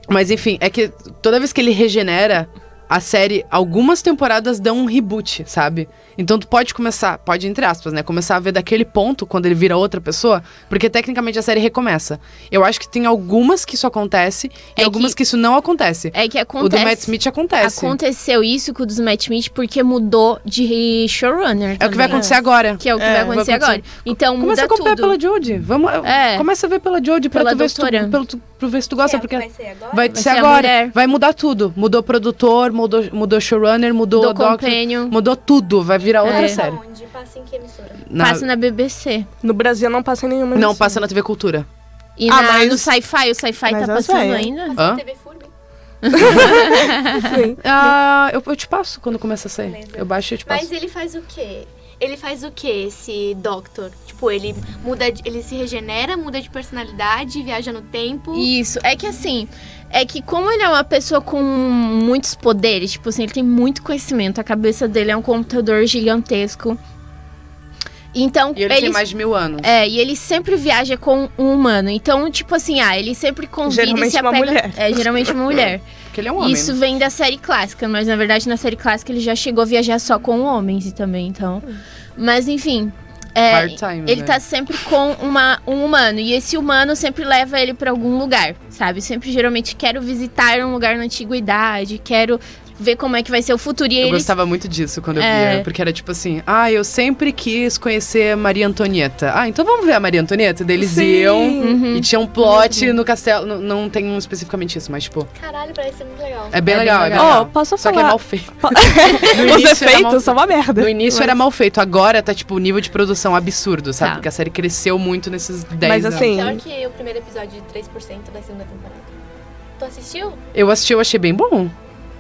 Speaker 8: Mas enfim, é que toda vez que ele regenera a série, algumas temporadas dão um reboot, sabe? Então tu pode começar, pode entre aspas, né? Começar a ver daquele ponto quando ele vira outra pessoa, porque tecnicamente a série recomeça. Eu acho que tem algumas que isso acontece e
Speaker 7: É
Speaker 8: algumas
Speaker 7: que-
Speaker 8: que isso não acontece.
Speaker 7: é que
Speaker 8: O do
Speaker 7: acontece...
Speaker 8: Matt Smith é acontece.
Speaker 7: Aconteceu isso com o dos Matt Smith porque mudou de showrunner.
Speaker 8: É o que vai acontecer agora.
Speaker 7: Que é o que
Speaker 9: É,
Speaker 7: vai
Speaker 8: vai
Speaker 7: acontecer
Speaker 8: acontecer.
Speaker 7: agora. Então
Speaker 8: Começa a
Speaker 7: muda
Speaker 8: comprar
Speaker 7: tudo.
Speaker 8: pela Jodie. Vamos,
Speaker 7: É.
Speaker 8: Começa a ver pela Jodie pra
Speaker 7: Pela
Speaker 8: tu ver, se tu,
Speaker 7: doutora.
Speaker 8: pelo tu- pra ver se tu gosta. Porque
Speaker 2: é Vai ser agora?
Speaker 8: vai
Speaker 7: Vai
Speaker 8: ser
Speaker 7: ser a
Speaker 8: agora.
Speaker 7: mulher.
Speaker 8: Vai mudar tudo. Mudou produtor, mudou, mudou showrunner, mudou
Speaker 7: Do
Speaker 8: doctor,
Speaker 7: Companion.
Speaker 8: Mudou tudo. Vai virar outra
Speaker 7: É.
Speaker 8: série.
Speaker 2: Onde? Passa em que emissora?
Speaker 8: Na-
Speaker 7: Passa na BBC.
Speaker 9: No Brasil não passa em nenhuma
Speaker 8: não,
Speaker 9: emissora.
Speaker 8: passa na TV Cultura.
Speaker 7: E
Speaker 8: Ah,
Speaker 7: na-
Speaker 8: mas-
Speaker 7: no sci-fi, o sci-fi
Speaker 9: Mas
Speaker 7: tá
Speaker 9: as
Speaker 7: passando
Speaker 9: velhas.
Speaker 7: ainda?
Speaker 8: Hã?
Speaker 2: TV Furby?
Speaker 9: Sim.
Speaker 8: Ah, eu, eu te passo quando começa a sair. Eu baixo e eu te passo.
Speaker 1: Mas ele faz o quê? Ele faz o quê, esse Doctor? Tipo, ele muda, de- ele se regenera, muda de personalidade, viaja no tempo.
Speaker 7: Isso, é que assim, é que como ele é uma pessoa com muitos poderes, tipo assim, ele tem muito conhecimento, a cabeça dele é um computador gigantesco. Então,
Speaker 8: E ele, tem mais de mil anos.
Speaker 7: é, e ele sempre viaja com um humano. Então, tipo assim, ah, ele sempre convida e
Speaker 9: Geralmente
Speaker 7: se
Speaker 9: uma
Speaker 7: apega.
Speaker 9: mulher.
Speaker 7: É, geralmente
Speaker 8: <laughs>
Speaker 7: uma mulher.
Speaker 8: Porque ele é um homem.
Speaker 7: Isso vem da série clássica, mas na verdade na série clássica ele já chegou a viajar só com homens e também, então.
Speaker 8: Hum.
Speaker 7: Mas enfim. é,
Speaker 8: Hard time,
Speaker 7: ele
Speaker 8: né?
Speaker 7: tá sempre com uma, um humano. E esse humano sempre leva ele pra algum lugar, sabe? Sempre geralmente quero visitar um lugar na antiguidade, quero ver como é que vai ser o futuro. E
Speaker 8: Eu
Speaker 7: ele
Speaker 8: gostava muito disso quando eu
Speaker 7: É.
Speaker 8: via, porque era tipo assim, ah, eu sempre quis conhecer Maria Antonieta. Ah, então vamos ver a Maria Antonieta? Daí Eles
Speaker 9: Sim.
Speaker 8: iam
Speaker 7: Uhum.
Speaker 8: e tinha um plot no castelo. N- Não, tem um especificamente isso, mas tipo,
Speaker 1: Caralho, parece ser muito legal.
Speaker 8: é bem
Speaker 7: É bem
Speaker 8: legal. é bem
Speaker 7: legal.
Speaker 9: Ó,
Speaker 8: legal.
Speaker 9: posso
Speaker 8: Só
Speaker 9: <laughs>
Speaker 8: que é
Speaker 9: falar?
Speaker 8: mal feito. No
Speaker 9: Os
Speaker 8: início era mal-
Speaker 9: efeitos são uma merda.
Speaker 8: No início era mal feito, agora tá tipo o nível de produção absurdo, sabe?
Speaker 7: Tá.
Speaker 8: Porque a série cresceu muito nesses 10
Speaker 9: Mas
Speaker 8: anos.
Speaker 9: assim,
Speaker 2: Pior que o primeiro episódio de 3% da segunda temporada. Tu assistiu?
Speaker 8: Eu assisti, eu achei bem bom.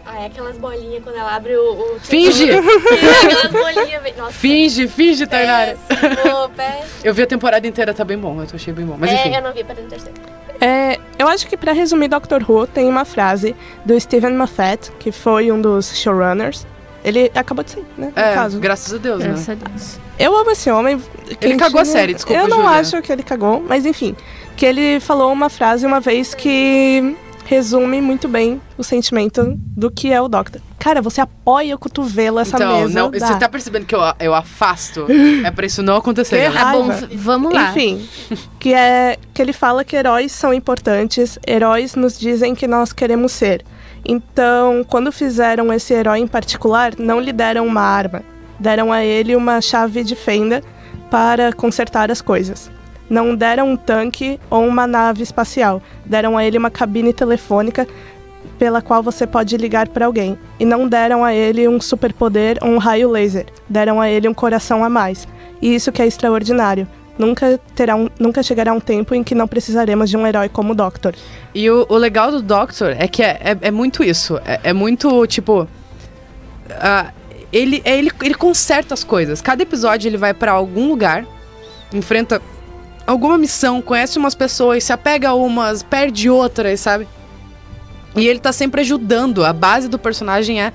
Speaker 2: Ah, é aquelas bolinhas quando ela abre o.
Speaker 1: tipo,
Speaker 2: o
Speaker 1: <laughs>
Speaker 8: Finge!
Speaker 2: aquelas bolinhas. ve- Nossa,
Speaker 8: finge,
Speaker 1: É
Speaker 8: finge, Tainara.
Speaker 2: péssimo, péssimo.
Speaker 8: Eu vi a temporada inteira, tá bem bom, eu achei bem bom. Mas enfim.
Speaker 2: É, eu não vi para o terceiro.
Speaker 9: É, eu acho que pra resumir Doctor Who, tem uma frase do Steven Moffat, que foi um dos showrunners. Ele acabou de sair, né? No
Speaker 8: É,
Speaker 9: caso.
Speaker 8: graças a Deus, né?
Speaker 7: Graças a Deus.
Speaker 9: Eu amo esse homem. Quem
Speaker 8: cagou a série, desculpa,
Speaker 9: Eu não
Speaker 8: Júlia.
Speaker 9: acho que ele cagou, mas enfim. Que ele falou uma frase uma vez que resume muito bem o sentimento do que é o Doctor. Cara, você apoia o cotovelo essa
Speaker 8: então,
Speaker 9: mesa.
Speaker 8: não,
Speaker 9: dá.
Speaker 8: você tá percebendo que eu, eu afasto? é pra isso não acontecer.
Speaker 9: Que
Speaker 8: galera.
Speaker 7: Tá bom,
Speaker 9: Raiva.
Speaker 7: v- vamos lá.
Speaker 9: Enfim, que é que ele fala que heróis são importantes, heróis nos dizem que nós queremos ser. Então, quando fizeram esse herói em particular, não lhe deram uma arma, deram a ele uma chave de fenda para consertar as coisas. Não deram um tanque ou uma nave espacial, deram a ele uma cabine telefônica pela qual você pode ligar para alguém. E não deram a ele um superpoder ou um raio laser, deram a ele um coração a mais. E isso que é extraordinário. Nunca, terá um, nunca chegará um tempo em que não precisaremos de um herói como o Doctor.
Speaker 8: E o, o legal do Doctor é que é, é, é muito isso. É, é muito, tipo. ah, ele, é ele, ele conserta as coisas. Cada episódio ele vai pra algum lugar, enfrenta alguma missão, conhece umas pessoas, se apega a umas, perde outras, sabe? E ele tá sempre ajudando. A base do personagem é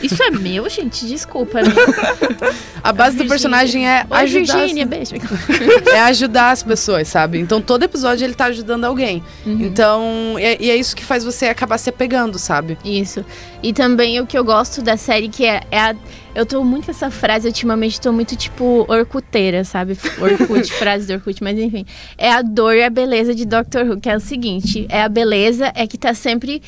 Speaker 7: Isso é meu, gente? Desculpa.
Speaker 8: A base do
Speaker 7: Virgínia.
Speaker 8: personagem é
Speaker 7: Oi,
Speaker 8: ajudar,
Speaker 7: Virgínia, beijo.
Speaker 8: é ajudar as pessoas, sabe? Então todo episódio ele tá ajudando alguém.
Speaker 9: Uhum.
Speaker 8: Então, e é, e é isso que faz você acabar se apegando, sabe?
Speaker 7: Isso. E também o que eu gosto da série, que é, é a- Eu tô muito com essa frase ultimamente, tô muito tipo orcuteira, sabe? Orkut, frase do Orkut, mas enfim. É a dor e a beleza de Doctor Who, que é o seguinte: é a beleza, é que tá sempre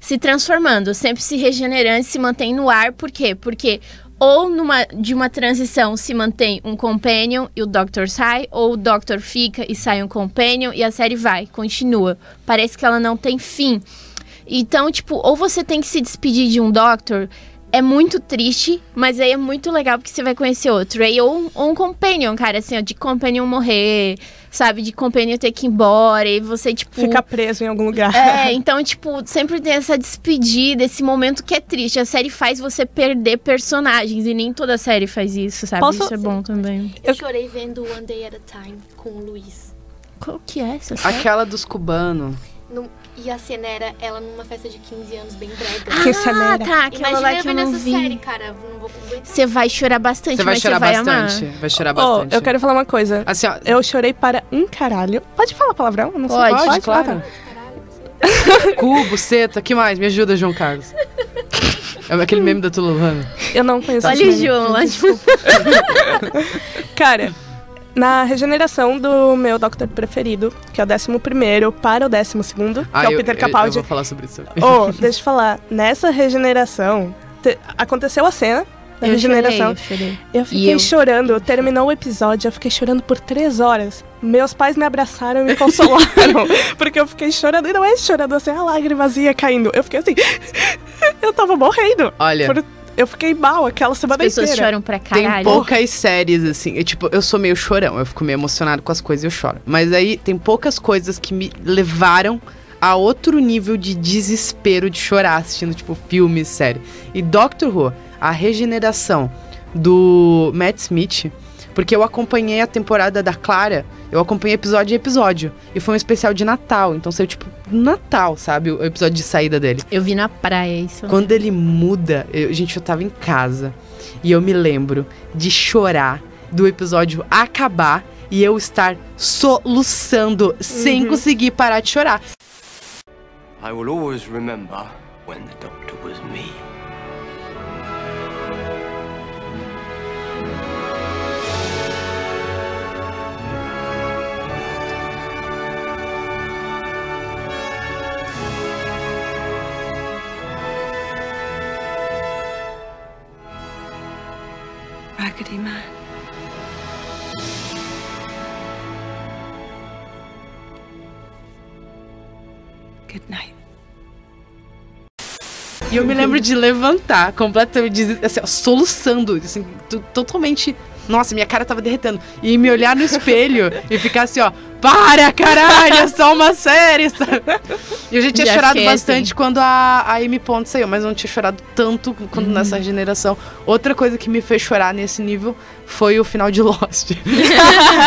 Speaker 7: se transformando, sempre se regenerando, e se mantém no ar. Por quê? Porque ou numa, de uma transição se mantém um companion e o Doctor sai, ou o Doctor fica e sai um companion e a série vai, continua. Parece que ela não tem fim. Então, tipo, ou você tem que se despedir de um Doctor, é muito triste, mas aí é muito legal porque você vai conhecer outro. Aí, ou, um- ou um Companion, cara, assim, ó, de Companion morrer, sabe? De Companion ter que ir embora, e você, tipo.
Speaker 9: Ficar preso em algum
Speaker 7: <laughs>
Speaker 9: lugar.
Speaker 7: É, então, tipo, sempre tem essa despedida, esse momento que é triste. A série faz você perder personagens, e nem toda série faz isso, sabe?
Speaker 9: Posso-
Speaker 7: Isso é bom também.
Speaker 1: Eu chorei vendo One Day at a Time com o Luiz.
Speaker 7: Qual que é essa série?
Speaker 8: Aquela dos cubanos.
Speaker 1: Num- E a cena era ela numa festa de 15 anos bem brega.
Speaker 9: Que
Speaker 8: é
Speaker 9: é acelera.
Speaker 7: Ah, tá, aquela
Speaker 1: Imagina
Speaker 7: lá
Speaker 1: eu
Speaker 7: que eu
Speaker 1: vendo
Speaker 7: não
Speaker 1: essa série,
Speaker 7: vi.
Speaker 1: cara. Não vou convencer.
Speaker 7: Você vai chorar bastante,
Speaker 8: Você vai
Speaker 7: mas
Speaker 8: chorar
Speaker 7: você vai
Speaker 8: bastante.
Speaker 7: amar.
Speaker 8: Vai chorar
Speaker 9: Oh,
Speaker 8: bastante.
Speaker 9: eu quero falar uma coisa.
Speaker 8: Assim, ó,
Speaker 9: Eu chorei para um caralho. Pode falar palavrão? Eu Não sei.
Speaker 7: Pode,
Speaker 9: Ah,
Speaker 8: claro.
Speaker 9: tá.
Speaker 8: Cubo, seta, que mais? Me ajuda, João Carlos. É aquele meme da Tululana.
Speaker 9: Eu não conheço esse
Speaker 8: Tá
Speaker 7: Olha o
Speaker 9: meme.
Speaker 7: João lá de
Speaker 9: Cara, na regeneração do meu Doctor preferido, que é o 11 para o 12, que é o Peter Capaldi.
Speaker 8: Ah, Eu, vou falar sobre isso.
Speaker 9: Oh,
Speaker 7: <laughs>
Speaker 9: deixa eu falar, nessa regeneração, te- aconteceu a cena da
Speaker 7: Eu
Speaker 9: regeneração.
Speaker 7: chorei, eu chorei.
Speaker 9: Eu fiquei
Speaker 7: eu-
Speaker 9: chorando, terminou o episódio, eu fiquei chorando por três horas. Meus pais me abraçaram e me
Speaker 7: <laughs>
Speaker 9: consolaram, porque eu fiquei chorando, e não é chorando assim, a lágrimazinha caindo. Eu fiquei assim, <laughs> eu tava morrendo.
Speaker 8: Olha,
Speaker 9: Por- Eu fiquei mal aquela
Speaker 7: As
Speaker 9: semana
Speaker 7: pessoas
Speaker 9: inteira.
Speaker 7: choram pra
Speaker 8: tem
Speaker 7: caralho.
Speaker 8: poucas séries, assim. Eu, tipo, eu sou meio chorão. Eu fico meio emocionado com as coisas e eu choro. Mas aí tem poucas coisas que me levaram a outro nível de desespero de chorar assistindo, tipo, filme, série. E Doctor Who, a regeneração do Matt Smith. Porque eu acompanhei a temporada da Clara, eu acompanhei episódio a episódio. E foi um especial de Natal, então saiu tipo Natal, sabe? O episódio de saída dele.
Speaker 7: Eu vi na praia isso.
Speaker 8: Quando ele muda, eu- gente, eu tava em casa e eu me lembro de chorar do episódio acabar e eu estar soluçando sem conseguir parar de chorar.
Speaker 5: I will always remember when the doctor was me.
Speaker 3: Raggedy Man. Good night.
Speaker 8: E eu me lembro de levantar completamente, des- assim, ó, soluçando, assim, to- totalmente. Nossa, minha cara tava derretendo. E me olhar no espelho e ficar assim, ó, para caralho, é só uma série. sabe? E eu já tinha
Speaker 7: Já
Speaker 8: chorado
Speaker 7: fiquei
Speaker 8: bastante quando a, a Amy Pond saiu, mas eu não tinha chorado tanto quanto nessa regeneração. Outra coisa que me fez chorar nesse nível foi o final de Lost.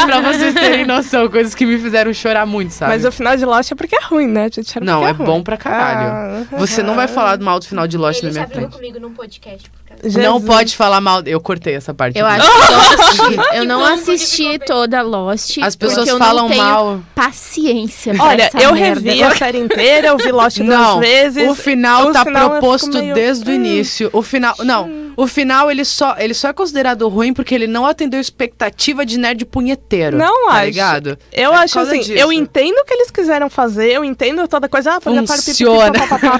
Speaker 8: pra vocês terem noção, coisas que me fizeram chorar muito, sabe?
Speaker 9: Mas o final de Lost é porque é ruim, né? gente Era
Speaker 8: Não,
Speaker 9: porque
Speaker 8: é
Speaker 9: ruim.
Speaker 8: bom pra caralho.
Speaker 9: Ah,
Speaker 8: Você não vai falar mal do final de Lost
Speaker 1: Ele
Speaker 8: na
Speaker 1: já
Speaker 8: minha
Speaker 1: brigou
Speaker 8: frente.
Speaker 1: comigo num podcast por causa
Speaker 8: Não
Speaker 9: Jesus.
Speaker 8: pode falar mal. Eu cortei essa parte.
Speaker 7: Eu
Speaker 8: do-
Speaker 7: acho <laughs> que eu não assisti. Eu não
Speaker 1: bom que
Speaker 7: assisti
Speaker 1: ficou
Speaker 7: toda Lost.
Speaker 8: As pessoas
Speaker 7: porque eu
Speaker 8: falam
Speaker 7: não tenho
Speaker 8: mal.
Speaker 7: Paciência. pra
Speaker 9: Olha,
Speaker 7: essa
Speaker 9: eu
Speaker 7: merda.
Speaker 9: revi a série inteira, eu vi Lost
Speaker 8: Não,
Speaker 9: duas vezes.
Speaker 8: o final
Speaker 9: o
Speaker 8: tá
Speaker 9: final eu fico
Speaker 8: proposto
Speaker 9: meio,
Speaker 8: desde o
Speaker 9: "Hum".
Speaker 8: início. O final, não, o final ele só, ele só é considerado ruim porque ele não atendeu expectativa de nerd punheteiro.
Speaker 9: Não
Speaker 8: tá
Speaker 9: acho.
Speaker 8: ligado?
Speaker 9: Eu
Speaker 8: É por
Speaker 9: acho
Speaker 8: causa
Speaker 9: assim,
Speaker 8: disso.
Speaker 9: eu entendo o que eles quiseram fazer, eu entendo toda coisa, ah, fazer para
Speaker 8: Funciona.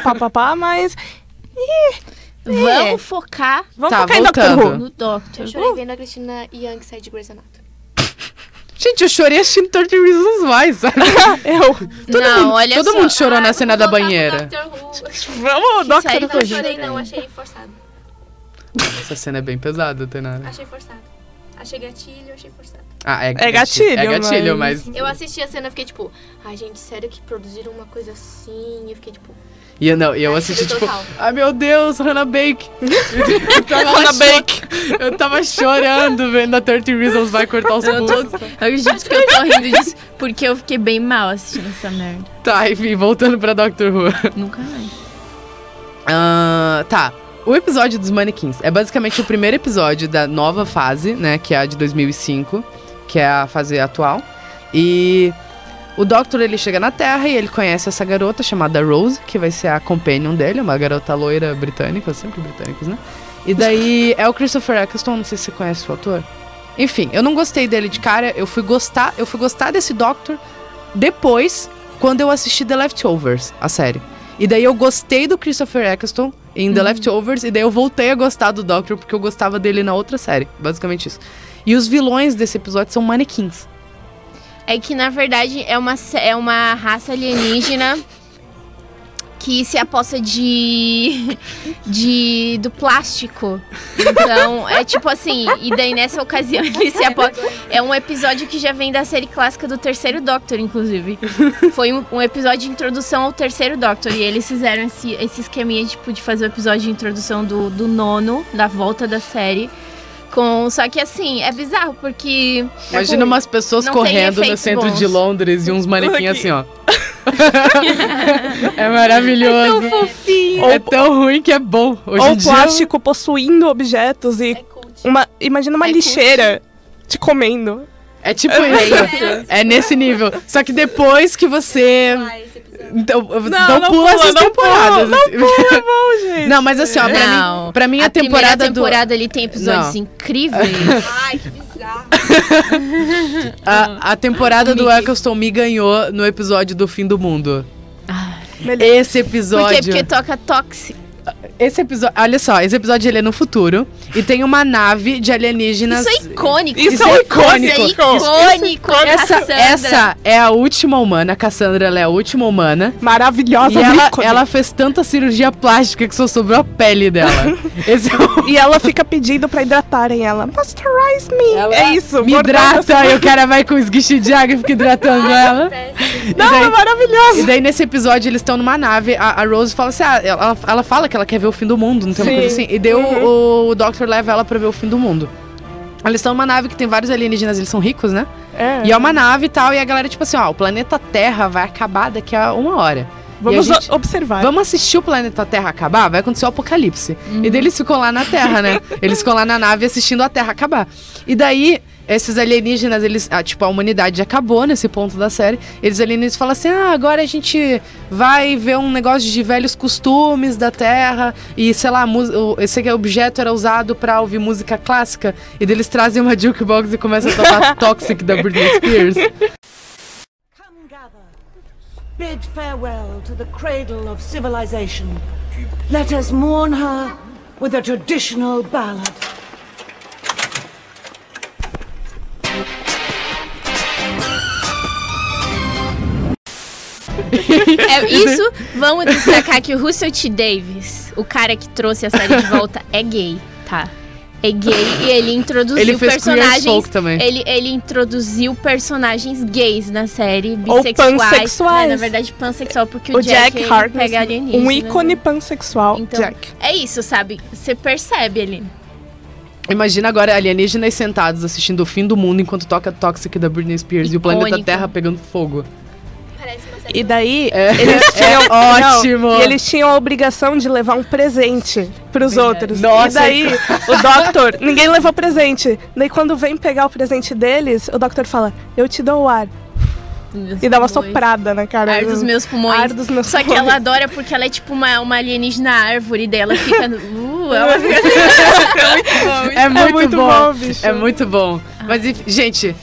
Speaker 9: papapá, mas
Speaker 7: Vamos focar
Speaker 9: vamos
Speaker 8: Tá,
Speaker 9: focar em Doctor
Speaker 8: voltando.
Speaker 9: Who.
Speaker 7: no Doctor.
Speaker 1: Eu chorei vendo a Cristina Young sair de Grey's Anatomy.
Speaker 8: Gente, eu chorei assistindo 30 Reasons Why, sabe?
Speaker 9: <laughs> Eu,
Speaker 8: Todo
Speaker 7: não,
Speaker 8: mundo,
Speaker 7: olha
Speaker 8: todo
Speaker 7: só.
Speaker 8: mundo chorou na
Speaker 1: Ah,
Speaker 8: cena da
Speaker 1: vou voltar pro
Speaker 8: banheira.
Speaker 1: Doctor Who.
Speaker 9: vamos, Doctor
Speaker 7: série
Speaker 1: Não
Speaker 9: Who.
Speaker 1: chorei não, achei forçado.
Speaker 8: Essa cena é bem pesada, Tenara.
Speaker 1: Achei forçado. Achei gatilho, achei forçado.
Speaker 8: Ah, é,
Speaker 9: É gatilho,
Speaker 8: É gatilho, mas...
Speaker 1: Eu assisti a cena e fiquei tipo, ai gente, sério que produziram uma coisa assim? Eu fiquei tipo,
Speaker 8: E eu, não, e eu assisti,
Speaker 1: Gatilho
Speaker 8: tipo,
Speaker 1: total.
Speaker 8: ai meu Deus, Hannah Bake. Eu tava
Speaker 9: Hannah
Speaker 8: cho-
Speaker 9: Bake.
Speaker 8: Eu tava chorando vendo a 30 Reasons vai cortar os pulsos.
Speaker 7: Eu juro que eu tô rindo disso porque eu fiquei bem mal assistindo essa merda.
Speaker 8: Tá, enfim, voltando pra Doctor Who.
Speaker 7: Nunca mais.
Speaker 8: Ah, tá. O episódio dos manequins é basicamente o primeiro episódio da nova fase, né? Que é a de 2005, que é a fase atual. E o Doctor, ele chega na Terra e ele conhece essa garota chamada Rose, que vai ser a companion dele, uma garota loira britânica, sempre britânicos, né? E daí é o Christopher Eccleston, não sei se você conhece o ator. Enfim, eu não gostei dele de cara, eu fui gostar, eu fui gostar desse Doctor depois, quando eu assisti The Leftovers, a série. E daí eu gostei do Christopher Eccleston em The Leftovers, e daí eu voltei a gostar do Doctor, porque eu gostava dele na outra série. Basicamente isso. E os vilões desse episódio são manequins.
Speaker 7: É que, na verdade, é uma, se- é uma raça alienígena que se aposta de, <laughs> de. do plástico. Então, é tipo assim, e daí nessa ocasião <laughs> ele se aposta. É um episódio que já vem da série clássica do terceiro Doctor, inclusive. Foi um, um episódio de introdução ao terceiro Doctor. E eles fizeram esse, esse esqueminha, tipo, de fazer o episódio de introdução do, do nono, da volta da série. Com, só que assim, é bizarro, porque.
Speaker 8: Imagina umas pessoas
Speaker 7: não tem
Speaker 8: correndo no
Speaker 7: efeitos
Speaker 8: centro
Speaker 7: bons.
Speaker 8: de Londres e uns manequins assim, ó. é maravilhoso.
Speaker 7: fofinho.
Speaker 8: É tão ruim que é bom. Hoje
Speaker 9: Ou
Speaker 8: em dia,
Speaker 9: plástico possuindo objetos e uma, imagina uma
Speaker 7: É cult.
Speaker 9: lixeira te comendo.
Speaker 8: é tipo isso. É nesse nível. Só que depois que você. Então, então
Speaker 9: não
Speaker 8: pula
Speaker 9: pula,
Speaker 8: essas
Speaker 9: não pula,
Speaker 8: temporadas.
Speaker 9: não
Speaker 8: assim.
Speaker 9: É bom,
Speaker 8: <laughs>
Speaker 9: gente.
Speaker 8: Não, mas assim, ó, pra
Speaker 7: Não.
Speaker 8: mim, pra mim a,
Speaker 7: a primeira
Speaker 8: temporada,
Speaker 7: temporada ele tem episódios
Speaker 8: Não. <laughs>
Speaker 7: incríveis.
Speaker 8: do. A, a temporada do Eccleston me ganhou no episódio do fim do mundo. Esse
Speaker 7: Por quê?
Speaker 8: episódio.
Speaker 7: Porque toca Toxic.
Speaker 8: Esse episódio. Olha só, esse episódio ele é no futuro. E tem uma nave de alienígenas.
Speaker 7: Isso é icônico.
Speaker 8: Isso é icônico.
Speaker 7: Isso é icônico.
Speaker 8: Essa,
Speaker 7: Cassandra.
Speaker 8: essa é a última humana. A Cassandra ela é a última humana. E
Speaker 9: Maravilhosa, né?
Speaker 8: ela,
Speaker 9: ícone.
Speaker 8: ela fez tanta cirurgia plástica que só sobrou a pele dela.
Speaker 9: <laughs>
Speaker 8: Esse é o-
Speaker 9: E ela fica pedindo pra hidratarem ela. Pasteurize me. é isso.
Speaker 8: Me
Speaker 9: bordado
Speaker 8: hidrata
Speaker 9: assim.
Speaker 8: e o cara vai com esguiche de água e fica hidratando ela. E
Speaker 9: Não, é
Speaker 8: daí-
Speaker 9: maravilhosa.
Speaker 8: E daí, nesse episódio, eles estão numa nave. A, a Rose fala assim: ah, ela, ela fala que ela quer ver o fim do mundo, não tem uma
Speaker 9: Sim. Uhum.
Speaker 8: coisa assim. E deu o, o Doctor leva ela pra ver o fim do mundo. Eles estão numa nave que tem vários alienígenas, eles são ricos, né?
Speaker 9: É.
Speaker 8: E é uma nave e tal, e a galera, tipo assim, ó, o planeta Terra vai acabar daqui a uma hora.
Speaker 9: Vamos
Speaker 8: e a gente-
Speaker 9: o- observar.
Speaker 8: Vamos assistir o planeta Terra acabar? Vai acontecer o apocalipse. E daí eles ficam lá na Terra, né? Eles ficam lá na nave assistindo a Terra acabar. E daí, esses alienígenas, eles. ah, tipo, a humanidade já acabou nesse ponto da série. Eles alienígenas falam assim: ah, agora a gente vai ver um negócio de velhos costumes da Terra. E sei lá, mu- o- esse aqui objeto era usado pra ouvir música clássica. E daí eles trazem uma jukebox e começam a tocar Toxic da Britney Spears.
Speaker 10: Come gather. Bid farewell to the cradle of civilization. Let us mourn her with a traditional ballad.
Speaker 8: <laughs>
Speaker 7: É isso. Vamos destacar que o Russell T. Davis, o cara que trouxe a série de volta, é gay, tá? É gay e ele introduziu
Speaker 8: Ele fez queer
Speaker 7: personagens.
Speaker 8: folk também.
Speaker 7: Ele, ele introduziu personagens gays na série,
Speaker 9: Ou
Speaker 7: bissexuais.
Speaker 9: pansexuais.
Speaker 7: Né? Na verdade, pansexual, porque o,
Speaker 9: O Jack,
Speaker 7: ele
Speaker 9: Harkness,
Speaker 7: pega alienígena. né?
Speaker 9: um ícone pansexual.
Speaker 7: Então-
Speaker 9: Jack.
Speaker 7: É isso, sabe? Você percebe ali.
Speaker 8: Imagina agora alienígenas sentados assistindo o fim do mundo enquanto toca Toxic da Britney Spears e o planeta
Speaker 7: Icônico.
Speaker 8: Terra pegando fogo.
Speaker 9: E daí,
Speaker 8: É,
Speaker 7: <laughs>
Speaker 9: eles tinham. não,
Speaker 8: ótimo!
Speaker 9: e eles tinham a obrigação de levar um presente pros outros.
Speaker 8: Nossa,
Speaker 9: e daí, o Doctor, <laughs> ninguém levou presente. Daí, quando vem pegar o presente deles, o Doctor fala: Eu te dou o ar. E dá uma soprada na cara.
Speaker 7: Ar dos meus pulmões.
Speaker 9: Ar dos meus
Speaker 7: Só que
Speaker 9: pulmões.
Speaker 7: ela adora porque ela é tipo uma, uma alienígena árvore dela fica. no-
Speaker 9: <laughs>
Speaker 7: Uh, ela fica assim.
Speaker 8: É muito,
Speaker 9: muito
Speaker 8: bom.
Speaker 9: bom, bicho.
Speaker 8: É muito bom. Mas, enfim, gente,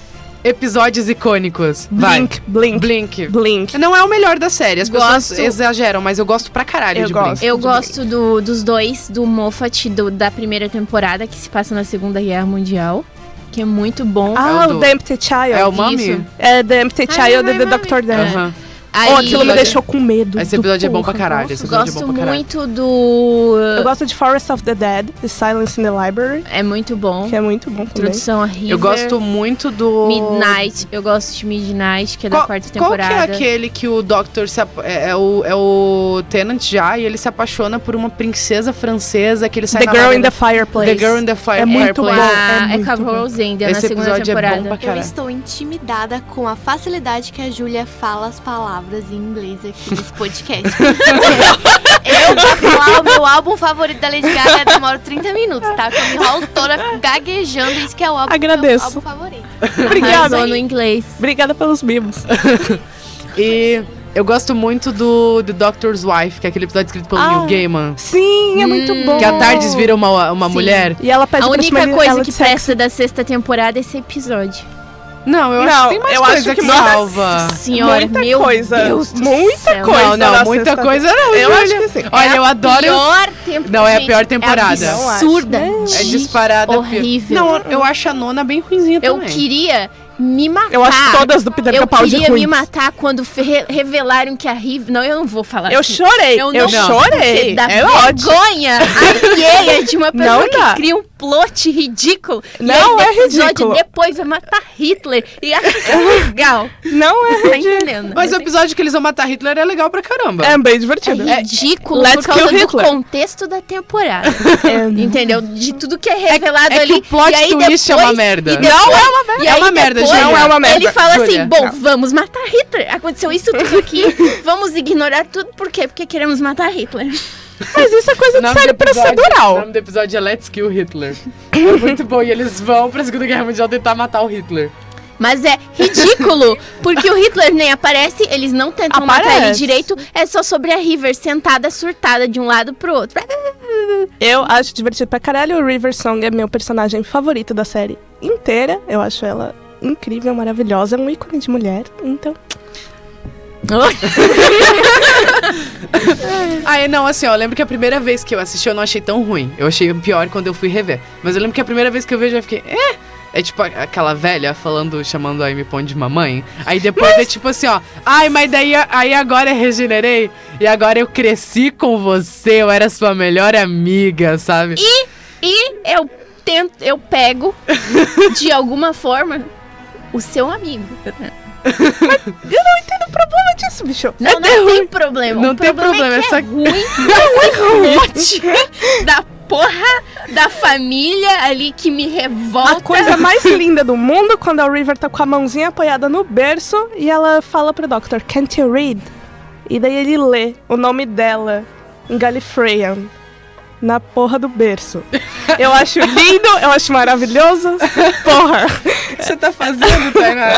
Speaker 8: episódios icônicos. Vai.
Speaker 9: Blink, blink, blink.
Speaker 8: Blink. Não é o melhor da série. As pessoas
Speaker 7: Gosto.
Speaker 8: exageram, mas eu gosto pra caralho
Speaker 9: Eu
Speaker 8: de
Speaker 9: gosto.
Speaker 8: Blink.
Speaker 7: Eu gosto do- dos dois, do Moffat do- da primeira temporada, que se passa na Segunda Guerra Mundial, que é muito bom.
Speaker 9: Ah,
Speaker 8: É o
Speaker 9: o
Speaker 8: do-
Speaker 9: The Empty Child.
Speaker 8: É o Mami?
Speaker 7: Isso.
Speaker 9: É The Empty
Speaker 7: Ai,
Speaker 9: Child
Speaker 7: ai,
Speaker 9: e The
Speaker 7: ai,
Speaker 9: Doctor Death.
Speaker 8: Aham.
Speaker 9: Oh,
Speaker 7: Aí,
Speaker 9: aquilo me deixou com medo.
Speaker 8: Esse
Speaker 9: do
Speaker 8: episódio é bom pra
Speaker 9: porra.
Speaker 8: caralho. Esse episódio é
Speaker 7: Gosto
Speaker 8: bom pra caralho.
Speaker 7: muito do.
Speaker 9: Eu gosto de Forest of the Dead e Silence in the Library,
Speaker 7: É muito bom.
Speaker 9: que é muito bom também.
Speaker 7: Introdução a River.
Speaker 8: Eu gosto muito do.
Speaker 7: Midnight. Eu gosto de Midnight, que é da
Speaker 8: Qual-
Speaker 7: quarta
Speaker 8: qual que
Speaker 7: temporada.
Speaker 8: é aquele que o Doctor se apa- é, é o, é o Tenant já e ele se apaixona por uma princesa francesa que ele sai
Speaker 9: The
Speaker 8: na
Speaker 9: Girl
Speaker 8: lata
Speaker 9: in the
Speaker 8: da-
Speaker 9: Fireplace.
Speaker 8: The
Speaker 9: <laughs>
Speaker 8: Girl in the Fire
Speaker 9: É muito
Speaker 7: Com
Speaker 9: bom.
Speaker 8: Fireplace.
Speaker 9: é
Speaker 7: a- é
Speaker 9: muito
Speaker 7: com a Rosenda na
Speaker 8: Esse
Speaker 7: segunda
Speaker 8: episódio é
Speaker 7: temporada.
Speaker 8: bom pra
Speaker 1: Eu
Speaker 8: caralho.
Speaker 1: estou intimidada com a facilidade que a Júlia fala as palavras em inglês aqui nesse
Speaker 8: <laughs>
Speaker 1: podcast. eu, pra falar o meu álbum favorito da Lady Gaga, eu demoro 30 minutos, tá? Porque eu me enrolo toda gaguejando, isso que é o álbum,
Speaker 9: Agradeço.
Speaker 1: meu álbum favorito.
Speaker 9: Obrigada.
Speaker 7: Arrasou no inglês.
Speaker 9: Obrigada pelos mimos.
Speaker 8: E eu gosto muito do The Doctor's Wife, que é aquele episódio escrito pelo Neil Gaiman.
Speaker 9: Sim, é muito bom.
Speaker 8: Hum, Que à tarde vira uma, uma
Speaker 7: Sim.
Speaker 8: mulher.
Speaker 9: E ela pede
Speaker 7: A
Speaker 9: pra chamar
Speaker 7: única
Speaker 9: ele-
Speaker 7: coisa
Speaker 9: ela
Speaker 7: que
Speaker 9: de sexo.
Speaker 7: presta da sexta temporada é esse episódio.
Speaker 8: Não, eu acho
Speaker 9: Não,
Speaker 8: que tem mais
Speaker 9: eu
Speaker 8: coisa
Speaker 9: acho que muita-
Speaker 8: salva.
Speaker 7: Senhora,
Speaker 9: Ah, Muita
Speaker 7: meu
Speaker 9: coisa.
Speaker 7: Deus do
Speaker 9: Muita
Speaker 7: céu.
Speaker 9: coisa.
Speaker 8: Não, não,
Speaker 9: na
Speaker 8: muita
Speaker 9: sexta-
Speaker 8: coisa não,
Speaker 9: Eu acho
Speaker 8: Júlia.
Speaker 9: que sim.
Speaker 8: Olha,
Speaker 7: É
Speaker 8: eu
Speaker 7: a
Speaker 8: adoro...
Speaker 7: Pior tempo-
Speaker 8: Não, é a
Speaker 7: Gente,
Speaker 8: pior temporada.
Speaker 7: É
Speaker 9: Não acho.
Speaker 7: absurda.
Speaker 8: É
Speaker 7: de
Speaker 8: disparada. pior.
Speaker 7: Horrível.
Speaker 8: Não, eu acho a nona bem ruimzinha
Speaker 7: Eu
Speaker 8: também.
Speaker 7: queria me matar.
Speaker 9: Eu acho todas do Peter
Speaker 7: Eu
Speaker 9: Capaldi
Speaker 7: queria
Speaker 9: ruins.
Speaker 7: me matar quando fe- re- revelaram que a Rive. Não, eu não vou falar.
Speaker 9: Eu
Speaker 7: aqui.
Speaker 9: chorei.
Speaker 7: Eu
Speaker 9: Eu,
Speaker 7: não-
Speaker 9: chorei.
Speaker 7: Porque dá
Speaker 9: É ótimo.
Speaker 7: vergonha alheia de uma pessoa
Speaker 9: <laughs> Não
Speaker 7: que
Speaker 9: dá.
Speaker 7: cria um plot ridículo.
Speaker 9: Não
Speaker 7: e aí,
Speaker 9: é
Speaker 7: no episódio
Speaker 9: ridículo.
Speaker 7: depois vai matar Hitler. E acha que é legal.
Speaker 9: <laughs> Não é
Speaker 7: Tá
Speaker 9: ridículo.
Speaker 7: entendendo?
Speaker 8: Mas o episódio que eles vão matar Hitler é legal pra caramba.
Speaker 9: É bem divertido.
Speaker 7: É ridículo
Speaker 9: Let's
Speaker 7: por causa
Speaker 9: kill
Speaker 7: do
Speaker 9: Hitler.
Speaker 7: contexto da
Speaker 9: <laughs>
Speaker 7: temporada. Entendeu? De tudo que é revelado
Speaker 8: é
Speaker 7: ali.
Speaker 8: que o plot
Speaker 7: e aí
Speaker 8: twist é uma
Speaker 7: depois-
Speaker 8: merda.
Speaker 7: e depois-
Speaker 8: Não
Speaker 7: é uma merda.
Speaker 8: É uma merda, Júlia.
Speaker 9: Não é uma merda,
Speaker 7: Ele fala
Speaker 8: Júlia.
Speaker 7: assim: bom, vamos matar Hitler. Aconteceu isso
Speaker 9: <laughs>
Speaker 7: tudo aqui. vamos ignorar tudo. Por quê? Porque queremos matar Hitler.
Speaker 9: Mas isso é coisa
Speaker 8: O
Speaker 9: de
Speaker 8: nome
Speaker 9: série
Speaker 8: do episódio- O
Speaker 9: procedural.
Speaker 8: nome do episódio é Let's Kill Hitler. É muito bom. E eles vão pra Segunda Guerra Mundial tentar matar o Hitler.
Speaker 7: Mas é ridículo, porque o Hitler nem aparece, eles não tentam matar ele
Speaker 9: Aparece.
Speaker 7: direito, é só sobre a River sentada, surtada de um lado pro outro.
Speaker 9: Eu acho divertido pra caralho. O River Song é meu personagem favorito da série inteira. Eu acho ela incrível, maravilhosa. É um ícone de mulher. Então.
Speaker 8: Ah, é, não, assim, ó, eu lembro que a primeira vez que eu assisti eu não achei tão ruim. Eu achei pior quando eu fui rever. Mas eu lembro que a primeira vez que eu vejo eu fiquei, é. É tipo a- aquela velha falando, chamando a Amy Pond de mamãe. Aí depois é tipo assim, ó. Ai, mas daí aí agora eu regenerei. E agora eu cresci com você, eu era sua melhor amiga, sabe?
Speaker 7: E eu tento, eu pego de alguma forma o seu amigo.
Speaker 9: Como é disso, bicho?
Speaker 7: Não, não tem problema.
Speaker 8: Não
Speaker 7: o
Speaker 8: tem problema,
Speaker 7: é, que
Speaker 8: é só-
Speaker 7: é ruim. É <laughs> da porra da família ali que me revolta.
Speaker 9: A coisa mais linda do mundo quando a River tá com a mãozinha apoiada no berço e ela fala pro Doctor, can't you read? E daí ele lê o nome dela em Gallifreyan na porra do berço. Eu acho lindo, eu acho maravilhoso. Porra!
Speaker 8: Você tá fazendo, Tainá?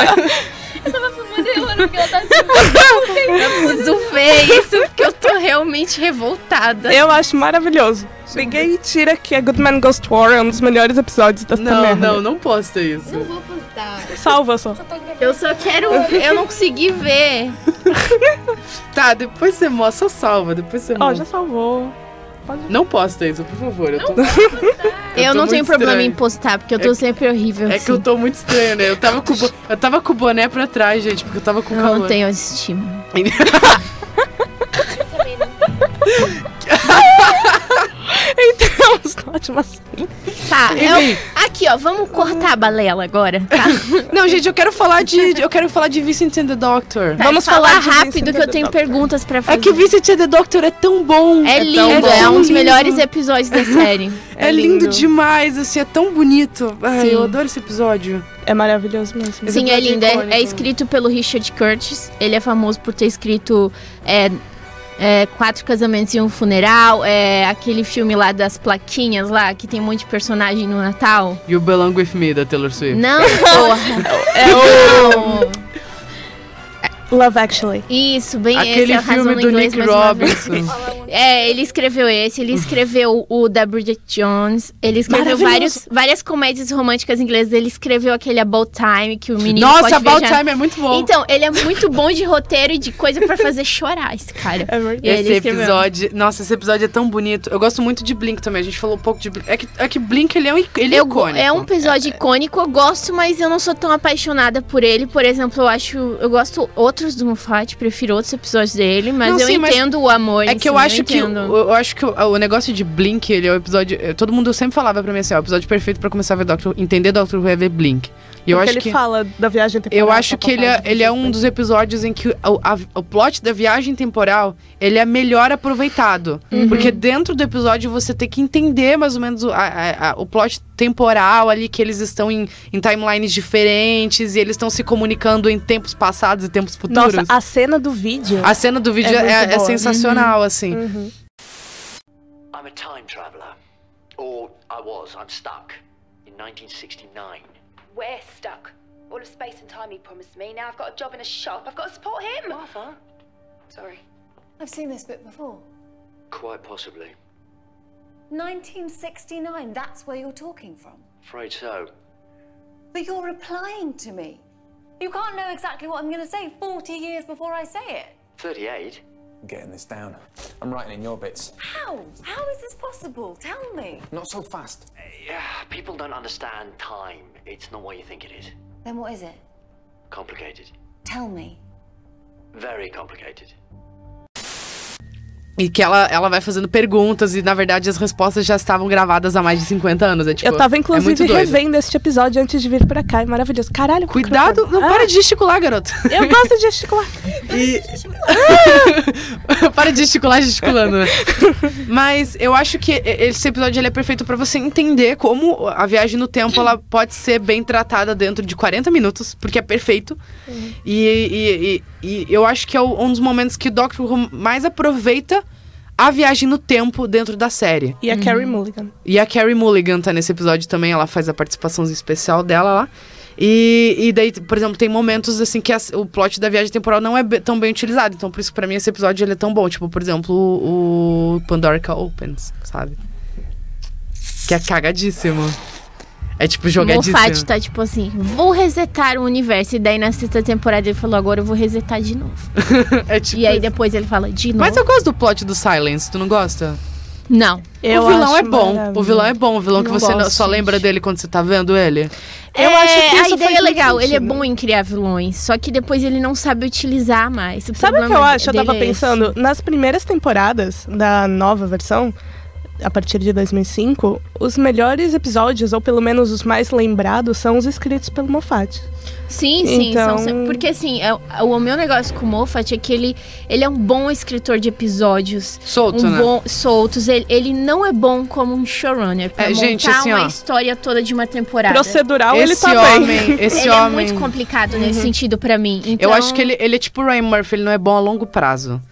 Speaker 7: Eu preciso ver isso porque eu tô realmente revoltada.
Speaker 9: Eu acho maravilhoso. Ninguém tira que a Good Man Goes to War é um dos melhores episódios dessa
Speaker 8: <laughs> não,
Speaker 9: merda.
Speaker 8: não, não posta isso.
Speaker 1: Vou postar.
Speaker 9: Salva só.
Speaker 7: Eu só quero. Eu não consegui ver.
Speaker 8: Tá, depois você mostra, só salva, depois você
Speaker 9: Ó,
Speaker 8: mostra.
Speaker 9: já salvou.
Speaker 8: Não posta isso, por favor. Eu tô...
Speaker 7: Eu,
Speaker 8: tô
Speaker 7: não
Speaker 8: muito
Speaker 7: tenho problema em
Speaker 8: estranho.
Speaker 7: postar, porque eu tô sempre horrível.
Speaker 8: É que eu
Speaker 7: assim.
Speaker 8: tô muito estranho, né? Eu tava com, o bo- eu tava com o boné pra trás, gente, porque eu tava com
Speaker 7: Eu
Speaker 8: calor.
Speaker 7: não tenho autoestima.
Speaker 9: Então, ótimo assim.
Speaker 7: Tá, eu,
Speaker 8: Enfim.
Speaker 7: aqui ó, vamos cortar a balela agora,
Speaker 8: <laughs>
Speaker 7: tá?
Speaker 8: <laughs> Não, gente, eu quero falar de. Eu quero falar de Vincent and the Doctor.
Speaker 7: Tá,
Speaker 9: Vamos
Speaker 7: fala
Speaker 9: falar de
Speaker 7: rápido
Speaker 9: Vincent
Speaker 7: que eu
Speaker 9: and
Speaker 7: tenho
Speaker 9: the Doctor.
Speaker 7: perguntas pra fazer.
Speaker 8: É que Vincent and the Doctor é tão bom.
Speaker 7: É lindo,
Speaker 8: tão
Speaker 7: é, um dos
Speaker 8: lindo.
Speaker 7: melhores episódios
Speaker 8: <laughs>
Speaker 7: da série.
Speaker 8: É lindo demais, assim, é tão bonito. Ai,
Speaker 7: Sim.
Speaker 8: eu adoro esse episódio.
Speaker 9: É maravilhoso mesmo.
Speaker 8: Esse
Speaker 7: Sim, é
Speaker 8: episódio
Speaker 7: lindo. É, é
Speaker 8: icônico.
Speaker 7: escrito pelo Richard Curtis. Ele é famoso por ter escrito é, é, Quatro Casamentos e um Funeral. É aquele filme lá das plaquinhas lá, que tem um monte de personagem no Natal.
Speaker 8: E o Belong With Me da Taylor Swift. <laughs>
Speaker 7: Não, porra.
Speaker 9: É o... Love Actually.
Speaker 7: Isso, bem esse. é
Speaker 8: Aquele
Speaker 7: arrasou
Speaker 8: filme
Speaker 7: no
Speaker 8: do
Speaker 7: inglês
Speaker 8: Nick
Speaker 7: mais uma vez.
Speaker 8: Robinson.
Speaker 7: É, ele escreveu esse, ele escreveu o da Bridget Jones, ele escreveu
Speaker 9: Maravilhoso.
Speaker 7: vários, várias comédias românticas inglesas, ele escreveu aquele About Time, que o menino pode
Speaker 8: Nossa, About
Speaker 7: viajar.
Speaker 8: Time é muito bom.
Speaker 7: Então, ele é muito bom de roteiro e de coisa pra fazer chorar esse cara.
Speaker 9: É verdade.
Speaker 7: E ele
Speaker 8: Esse
Speaker 7: escreveu.
Speaker 8: episódio, nossa, esse episódio é tão bonito. Eu gosto muito de Blink também. A gente falou um pouco de Blink. É que, é que Blink ele é um ic- ele é
Speaker 7: Eu go-
Speaker 8: icônico.
Speaker 7: é um episódio icônico, eu gosto, mas eu não sou tão apaixonada por ele. Por exemplo, eu acho. Eu gosto outros do Moffat, prefiro outros episódios dele, mas
Speaker 8: Não,
Speaker 7: eu
Speaker 8: sim, mas
Speaker 7: entendo o amor.
Speaker 8: É
Speaker 7: em
Speaker 8: que
Speaker 7: si,
Speaker 8: eu acho que, o-
Speaker 7: entendo.
Speaker 8: eu, acho que o, o negócio de Blink, ele é o episódio. eh, Todo mundo sempre falava pra mim assim: ó, o episódio perfeito pra começar a ver Doctor, entender Doctor Who é ver Blink. E eu
Speaker 9: Porque
Speaker 8: acho
Speaker 9: ele
Speaker 8: que.
Speaker 9: fala da viagem temporal. tá
Speaker 8: Eu acho que ele é, ele é
Speaker 9: né?
Speaker 8: um dos episódios em que o, a- o plot da viagem temporal ele é melhor
Speaker 9: Uhum.
Speaker 8: aproveitado. Porque dentro do episódio você tem que entender mais ou menos o, a- a- a- o plot temporal ali que eles estão em, em timelines diferentes e eles estão se comunicando em tempos passados e tempos futuros.
Speaker 9: Nossa, a cena do vídeo.
Speaker 8: A cena do vídeo
Speaker 9: É
Speaker 8: é,
Speaker 9: muito
Speaker 8: é
Speaker 9: boa.
Speaker 8: sensacional, assim.
Speaker 9: Uhum.
Speaker 11: I'm a time traveler. Or I was. I'm stuck. In 1969.
Speaker 2: We're stuck. All of space and time he promised me. Now I've got a job in a shop. I've got to support him. Martha? Sorry.
Speaker 12: I've seen this bit before.
Speaker 11: Quite possibly.
Speaker 12: 1969, that's where you're talking from.
Speaker 11: Afraid so.
Speaker 12: But you're replying to me. You can't know exactly what I'm going to say 40 years before I say it.
Speaker 11: 38?
Speaker 13: I'm getting this down. I'm writing in your bits.
Speaker 12: How? How is this possible? Tell me.
Speaker 13: Not so fast.
Speaker 11: Yeah, people don't understand time. It's not what you think it is.
Speaker 14: É
Speaker 12: Then what is it?
Speaker 11: Complicated.
Speaker 12: Tell me.
Speaker 11: Very complicated.
Speaker 8: E que ela, ela vai fazendo perguntas e, na verdade, as respostas já estavam gravadas há mais de 50 anos. É, tipo,
Speaker 9: Eu tava,
Speaker 8: é muito
Speaker 9: inclusive,
Speaker 8: doido.
Speaker 9: revendo este episódio antes de vir pra cá. É maravilhoso. Caralho,
Speaker 8: Cuidado, não para de gesticular, garoto.
Speaker 9: Ah. Eu gosto de gesticular.
Speaker 8: <laughs> Para de gesticular gesticulando. né? Mas eu acho que esse episódio ele é perfeito pra você entender como a viagem no tempo ela pode ser bem tratada dentro de 40 minutos, porque é perfeito. E, e- e- e eu acho que é o- um dos momentos que o Doctor Who mais aproveita a viagem no tempo dentro da série.
Speaker 9: E a Carrie Mulligan.
Speaker 8: E a Carrie Mulligan tá nesse episódio também, ela faz a participação especial dela lá. E, e daí, por exemplo, tem momentos assim que as- o plot da viagem temporal não é be- tão bem utilizado. Então, por isso que pra mim esse episódio ele é tão bom. Tipo, por exemplo, o, o Pandorica Opens, sabe? Que é cagadíssimo. É tipo jogadíssimo.
Speaker 7: Moffat tá tipo assim, vou resetar o universo. E daí na sexta temporada ele falou, agora eu vou resetar de novo. tá-
Speaker 8: <laughs>
Speaker 9: Tipo
Speaker 7: e aí depois ele fala, de novo.
Speaker 8: É, tipo, Mas eu gosto do plot do Silence, tu não gosta?
Speaker 7: Não.
Speaker 8: o vilão é bom. O vilão é bom. O vilão que
Speaker 7: Não
Speaker 8: você não-
Speaker 7: gosto,
Speaker 8: só lembra dele quando você tá vendo ele.
Speaker 7: É,
Speaker 9: isso
Speaker 7: a
Speaker 9: faz
Speaker 7: ideia é
Speaker 9: muito
Speaker 7: legal. Ele é
Speaker 9: sentido.
Speaker 7: bom em criar vilões, só que depois ele não sabe utilizar mais.
Speaker 9: Sabe o que eu acho? Eu tava
Speaker 7: é
Speaker 9: pensando, nas primeiras temporadas da nova versão, a partir de 2005, os melhores episódios, ou pelo menos os mais lembrados, são os escritos pelo Moffat.
Speaker 7: Sim, sim.
Speaker 9: Então-
Speaker 7: são- porque assim, é- o meu negócio com o Moffat é que ele, ele é um bom escritor de episódios.
Speaker 8: Solto,
Speaker 7: um
Speaker 8: né?
Speaker 7: bom- soltos. Ele, ele não é bom como um showrunner. Pra
Speaker 8: É,
Speaker 7: montar
Speaker 8: gente, assim,
Speaker 7: uma
Speaker 8: ó.
Speaker 7: história toda de uma temporada.
Speaker 9: Procedural,
Speaker 8: ele Esse tá bem. homem- esse
Speaker 7: <laughs> Ele é
Speaker 8: homem- Uhum.
Speaker 7: muito complicado nesse sentido pra mim. Então,
Speaker 8: Eu acho que ele, ele é tipo o Ryan Murphy, ele não é bom a longo prazo.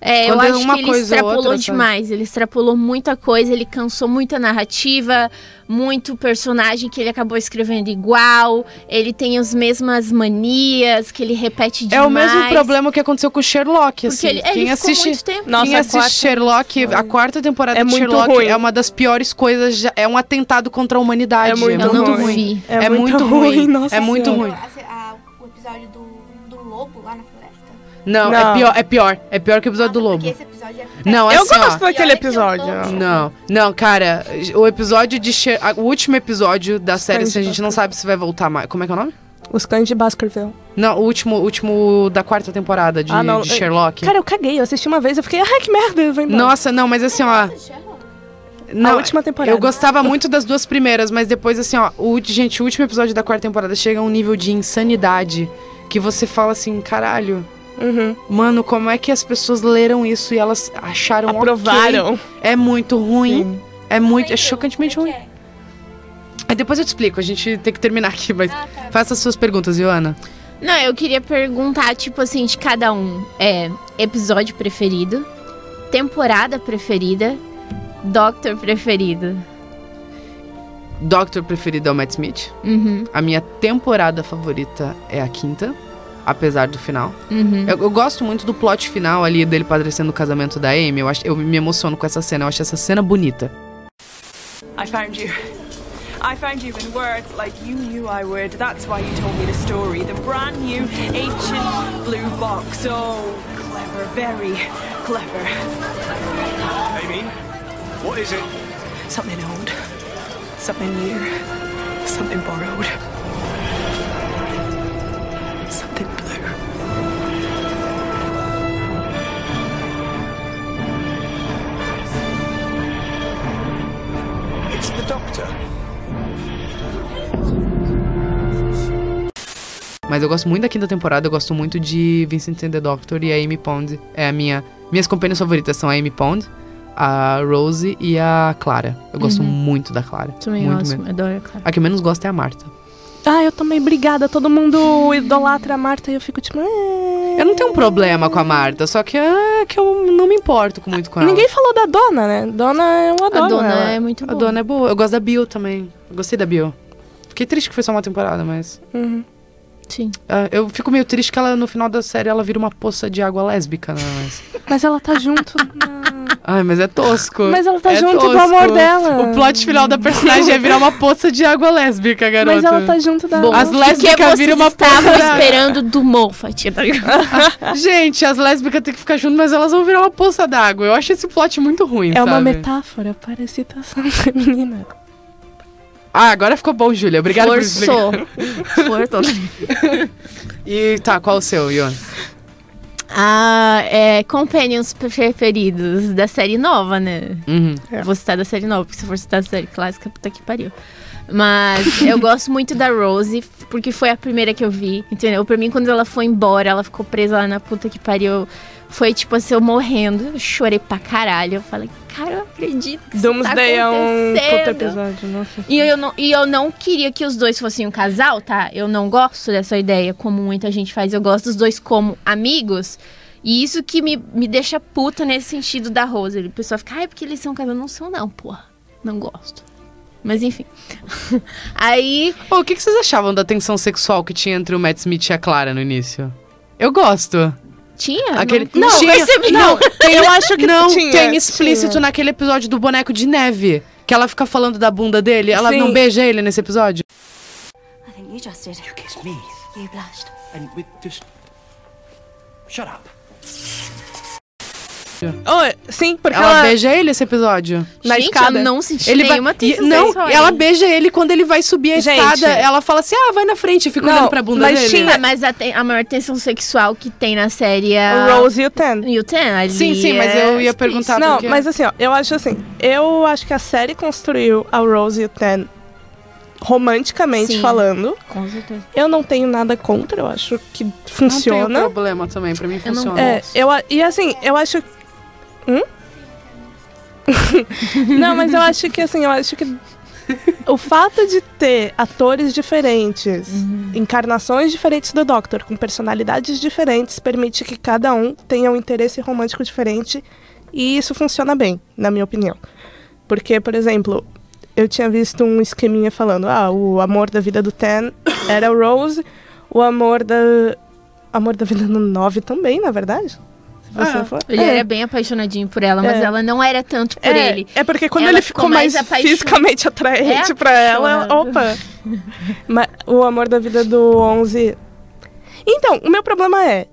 Speaker 7: É, eu
Speaker 8: Quando é
Speaker 7: acho
Speaker 8: uma
Speaker 7: que ele
Speaker 8: coisa ou
Speaker 7: extrapolou
Speaker 8: outra, sabe?
Speaker 7: demais. Ele extrapolou muita coisa, ele cansou muita narrativa, muito personagem que ele acabou escrevendo igual. Ele tem as mesmas manias que ele repete
Speaker 8: É
Speaker 7: demais.
Speaker 8: o mesmo problema que aconteceu com o Sherlock, assim.
Speaker 7: ele- ele
Speaker 8: quem
Speaker 7: ficou
Speaker 8: assiste,
Speaker 7: muito tempo.
Speaker 8: Quem
Speaker 7: Nossa, a
Speaker 8: assiste
Speaker 7: quarta-
Speaker 8: Sherlock, a quarta temporada
Speaker 7: É
Speaker 8: de
Speaker 7: muito
Speaker 8: Sherlock
Speaker 7: ruim.
Speaker 8: é uma das piores coisas, já- é um atentado contra a humanidade.
Speaker 7: É muito Eu não ruim. vi.
Speaker 8: É, muito ruim, é muito ruim.
Speaker 14: o episódio do, do lobo lá na floresta. Ah,
Speaker 8: Não,
Speaker 9: Não.
Speaker 8: é pior, é pior, é pior que o
Speaker 7: Ah,
Speaker 8: episódio do lobo.
Speaker 14: Porque esse episódio é
Speaker 8: Não,
Speaker 9: Eu
Speaker 8: assim, ó.
Speaker 9: gosto daquele episódio.
Speaker 8: Não, não, cara, o episódio de Sher- a- o último episódio da série, se a gente não sabe se vai voltar mais. Como é que é o nome?
Speaker 9: Os cães de Baskerville.
Speaker 8: Não, o último, o último da quarta temporada
Speaker 7: Ah,
Speaker 8: de,
Speaker 7: é,
Speaker 8: de Sherlock.
Speaker 9: Cara, eu caguei. Eu assisti uma vez, eu fiquei, ah, que merda, eu vou embora.
Speaker 8: Nossa, não, mas assim, ó. Não, última temporada. Eu gostava muito das duas primeiras, mas depois, assim, ó, o, ulti- gente, o último episódio da quarta temporada chega a um nível de insanidade que você fala assim, caralho.
Speaker 9: Uhum.
Speaker 8: Mano, como é que as pessoas leram isso e elas acharam ok?
Speaker 9: Aprovaram.
Speaker 8: É muito ruim. É muito. É chocantemente ruim. Aí depois eu te explico, a gente tem que terminar aqui, mas faça as suas perguntas, Ioana.
Speaker 7: Não, eu queria perguntar, tipo assim, de cada um. É, episódio preferido, temporada preferida, Doctor preferido.
Speaker 8: Doctor preferido é o Matt Smith.
Speaker 7: Uhum.
Speaker 8: A minha temporada favorita é a quinta, apesar do final.
Speaker 7: Uhum.
Speaker 8: Eu, eu gosto muito do plot final ali dele padrecendo o casamento da Amy. Eu, acho, eu me emociono com essa cena, eu acho essa cena bonita.
Speaker 15: I found you. I found you in words like you knew I would. That's why you told me the story. The brand new ancient blue box. Oh, clever, very clever.
Speaker 5: Amy, what is it?
Speaker 15: Something old, something new, something borrowed, something blue.
Speaker 5: It's the doctor.
Speaker 8: Mas eu gosto muito da quinta temporada, eu gosto muito de Vincent and the Doctor e a Amy Pond. É a minha. Minhas companhias favoritas são a Amy Pond, a Rose e a Clara. Eu gosto
Speaker 9: Uhum.
Speaker 8: muito da Clara.
Speaker 7: Também
Speaker 8: muito
Speaker 7: gosto,
Speaker 8: mesmo.
Speaker 7: adoro a Clara.
Speaker 8: A que eu menos gosto é a Marta.
Speaker 9: Ah, eu também, obrigada. Todo mundo idolatra a Marta e eu fico tipo.
Speaker 8: Eu não tenho um problema com a Marta, só que, ah, que eu não me importo com- muito com ela.
Speaker 9: Ninguém falou da dona, né? Dona eu adoro. ela.
Speaker 8: A dona é boa. Eu gosto da Bill também. Eu gostei da Bill. Fiquei triste que foi só uma temporada, mas.
Speaker 9: Uhum.
Speaker 7: Sim.
Speaker 8: Ah, eu fico meio triste que ela, no final da série, ela vira uma poça de água lésbica, né? Mas...
Speaker 9: Mas ela tá junto.
Speaker 8: Ai, mas é tosco.
Speaker 9: Mas ela tá
Speaker 8: É
Speaker 9: junto do
Speaker 8: tosco.
Speaker 9: amor dela.
Speaker 8: O plot final da personagem é virar uma poça de água lésbica, garota.
Speaker 9: Mas ela tá junto da.
Speaker 8: Bom, as
Speaker 7: é
Speaker 8: lésbicas viram uma
Speaker 7: estavam
Speaker 8: poça de
Speaker 7: <laughs>
Speaker 8: água.
Speaker 7: esperando do Moffat. tá ligado?
Speaker 8: Gente, as lésbicas têm que ficar juntas, mas elas vão virar uma poça d'água. Eu acho esse plot muito ruim,
Speaker 9: É uma
Speaker 8: sabe?
Speaker 9: metáfora para a excitação <laughs> feminina.
Speaker 8: Ah, agora ficou bom, Júlia. Obrigado
Speaker 9: Forçou.
Speaker 8: por explicar.
Speaker 7: Forçou.
Speaker 8: E tá, qual o seu, Ion?
Speaker 7: Ah, é Companions preferidos da série nova, né?
Speaker 8: Uhum.
Speaker 7: Vou citar da série nova, porque se for citar da série clássica, puta que pariu. Mas eu gosto muito da Rose, porque foi a primeira que eu vi, entendeu? Pra mim, quando ela foi embora, ela ficou presa lá na puta que pariu. Foi tipo assim, eu morrendo, eu chorei pra caralho. Eu falei, cara, eu acredito que isso tá
Speaker 9: Doomsday é um puto
Speaker 7: acontecendo.
Speaker 9: episódio, nossa.
Speaker 7: E eu, não, e eu não queria que os dois fossem um casal, tá? Eu não gosto dessa ideia, como muita gente faz. Eu gosto dos dois como amigos. E isso que me, me deixa puta nesse sentido da Rose. O pessoal fica, ai, porque eles são casal. Não são, não, porra. Não gosto. Mas enfim. <laughs> Aí.
Speaker 8: o que, que vocês achavam da tensão sexual que tinha entre o Matt Smith e a Clara no início? Eu gosto.
Speaker 7: Tinha?
Speaker 8: Aquele...
Speaker 7: Ah, Não, não
Speaker 8: tinha...
Speaker 7: percebi.
Speaker 8: Não, <laughs> tem-
Speaker 7: Eu acho que
Speaker 8: não
Speaker 7: tinha,
Speaker 8: tem explícito
Speaker 7: tinha.
Speaker 8: naquele episódio do boneco de neve. Que ela fica falando da bunda dele, ela
Speaker 12: Sim.
Speaker 8: não beija ele nesse episódio.
Speaker 12: I think you just did. You kissed
Speaker 11: me.
Speaker 12: You blushed.
Speaker 11: And with just. Shut up.
Speaker 8: Oh,
Speaker 9: sim,
Speaker 8: porque
Speaker 9: ela-
Speaker 8: beija ele esse episódio.
Speaker 9: Na Gente, escada. eu não senti nenhuma
Speaker 8: vai... e-
Speaker 9: tensão
Speaker 8: Não,
Speaker 9: sexual,
Speaker 8: ela
Speaker 9: hein?
Speaker 8: beija ele quando ele vai subir a
Speaker 9: Gente.
Speaker 8: escada, ela fala assim: "Ah, vai na frente", e fica olhando pra bunda dele.
Speaker 7: Mas a, ten- a maior tensão sexual que tem na série é.
Speaker 9: O Rose e o Ten.
Speaker 7: E o Ten, ali é explícito.
Speaker 9: Não, mas assim, ó, eu acho assim, eu acho que a série construiu a Rose e o Ten romanticamente
Speaker 8: Sim.
Speaker 9: falando.
Speaker 7: Com certeza.
Speaker 9: Eu não tenho nada contra, eu acho que
Speaker 8: Não tem
Speaker 9: funciona.
Speaker 8: problema também, pra mim funciona.
Speaker 9: É, eu, a- e assim, eu acho. Hum? <laughs> não, mas eu acho que assim, eu acho que o fato de ter atores diferentes, encarnações diferentes do Doctor, com personalidades diferentes, permite que cada um tenha um interesse romântico diferente. E isso funciona bem, na minha opinião. Porque, por exemplo, eu tinha visto um esqueminha falando: ah, o amor da vida do Ten <coughs> era o Rose, o amor da. Amor da vida do 9 também, na verdade. Se você
Speaker 7: Ah,
Speaker 9: for.
Speaker 7: Ele
Speaker 9: É.
Speaker 7: era bem apaixonadinho por ela, mas
Speaker 9: É.
Speaker 7: ela não era tanto por
Speaker 9: É,
Speaker 7: ele.
Speaker 9: É porque quando ele ficou, mais,
Speaker 7: apaixon-
Speaker 9: fisicamente atraente
Speaker 7: É
Speaker 9: pra ela, opa.
Speaker 7: apaixonada.
Speaker 9: Mas o amor da vida do 11. Então, o meu problema é: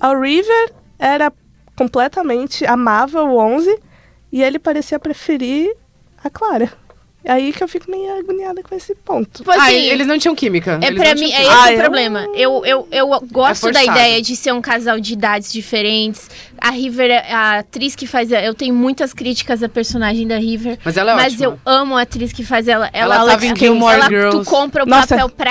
Speaker 9: a River era completamente. amava o 11 e ele parecia preferir a Clara. É Aí que eu fico meio agoniada com esse ponto.
Speaker 7: Tipo assim,
Speaker 8: Ah, eles não tinham química.
Speaker 7: É
Speaker 8: eles
Speaker 7: pra
Speaker 8: não
Speaker 7: mim,
Speaker 8: tinham
Speaker 7: é
Speaker 8: química.
Speaker 9: Ah,
Speaker 7: esse o problema. Eu, eu, eu gosto da
Speaker 8: forçado.
Speaker 7: ideia de ser um casal de idades diferentes. A River, a atriz que faz. a- Eu tenho muitas críticas à personagem da River.
Speaker 8: Mas ela é
Speaker 7: Mas
Speaker 8: ótima.
Speaker 7: eu amo a atriz que faz ela. Ela,
Speaker 8: Ela tava em Gilmore
Speaker 7: ela- Tu
Speaker 8: Girls.
Speaker 7: compra o
Speaker 8: Nossa,
Speaker 7: papel
Speaker 9: é
Speaker 7: pra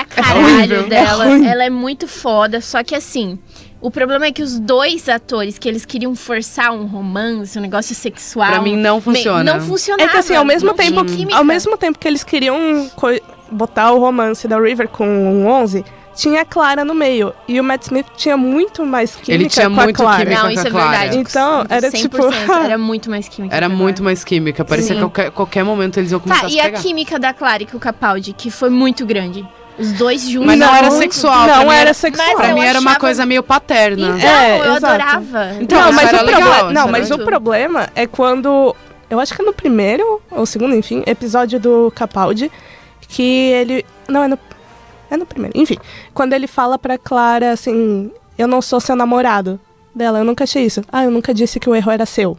Speaker 7: caralho
Speaker 8: horrível.
Speaker 7: dela.
Speaker 8: É ruim.
Speaker 7: ela é muito foda. Só que assim. O problema é que os dois atores que eles queriam forçar um romance, um negócio sexual.
Speaker 8: Pra mim, não
Speaker 7: me-
Speaker 8: funciona.
Speaker 7: Não funciona.
Speaker 9: É que assim, ao mesmo tempo,
Speaker 7: química.
Speaker 9: ao mesmo tempo que eles queriam coi- botar o romance da River com o 11, tinha a Clara no meio e o Matt Smith tinha muito mais química
Speaker 8: Ele tinha
Speaker 9: com
Speaker 8: muito
Speaker 9: a Clara.
Speaker 8: química Não, com isso a é Clara. verdade.
Speaker 9: Então, era tipo
Speaker 7: 100%,
Speaker 9: <laughs>
Speaker 7: era muito mais química.
Speaker 8: Era muito mais química, parecia
Speaker 7: Sim.
Speaker 8: que qualquer, qualquer momento eles iam começar
Speaker 7: Tá,
Speaker 8: a
Speaker 7: e
Speaker 8: se pegar.
Speaker 7: a química da Clara e com o Capaldi, que foi muito grande. Os dois juntos.
Speaker 8: Mas não, era
Speaker 7: muito-
Speaker 8: sexual. pra mim Pra
Speaker 7: eu
Speaker 8: mim era uma
Speaker 7: achava-
Speaker 8: coisa meio paterna.
Speaker 7: Então, É, eu exato. adorava.
Speaker 8: Então,
Speaker 9: não,
Speaker 8: isso
Speaker 9: mas,
Speaker 8: era
Speaker 9: o, proble-
Speaker 8: legal,
Speaker 9: não,
Speaker 8: isso
Speaker 9: mas
Speaker 8: era
Speaker 9: o problema é quando. Eu acho que é no primeiro, ou segundo, enfim, episódio do Capaldi, que ele. Não, é no. É no primeiro. Enfim, quando ele fala pra Clara assim: Eu não sou seu namorado. Dela, eu nunca achei isso. Ah, eu nunca disse que o erro era seu.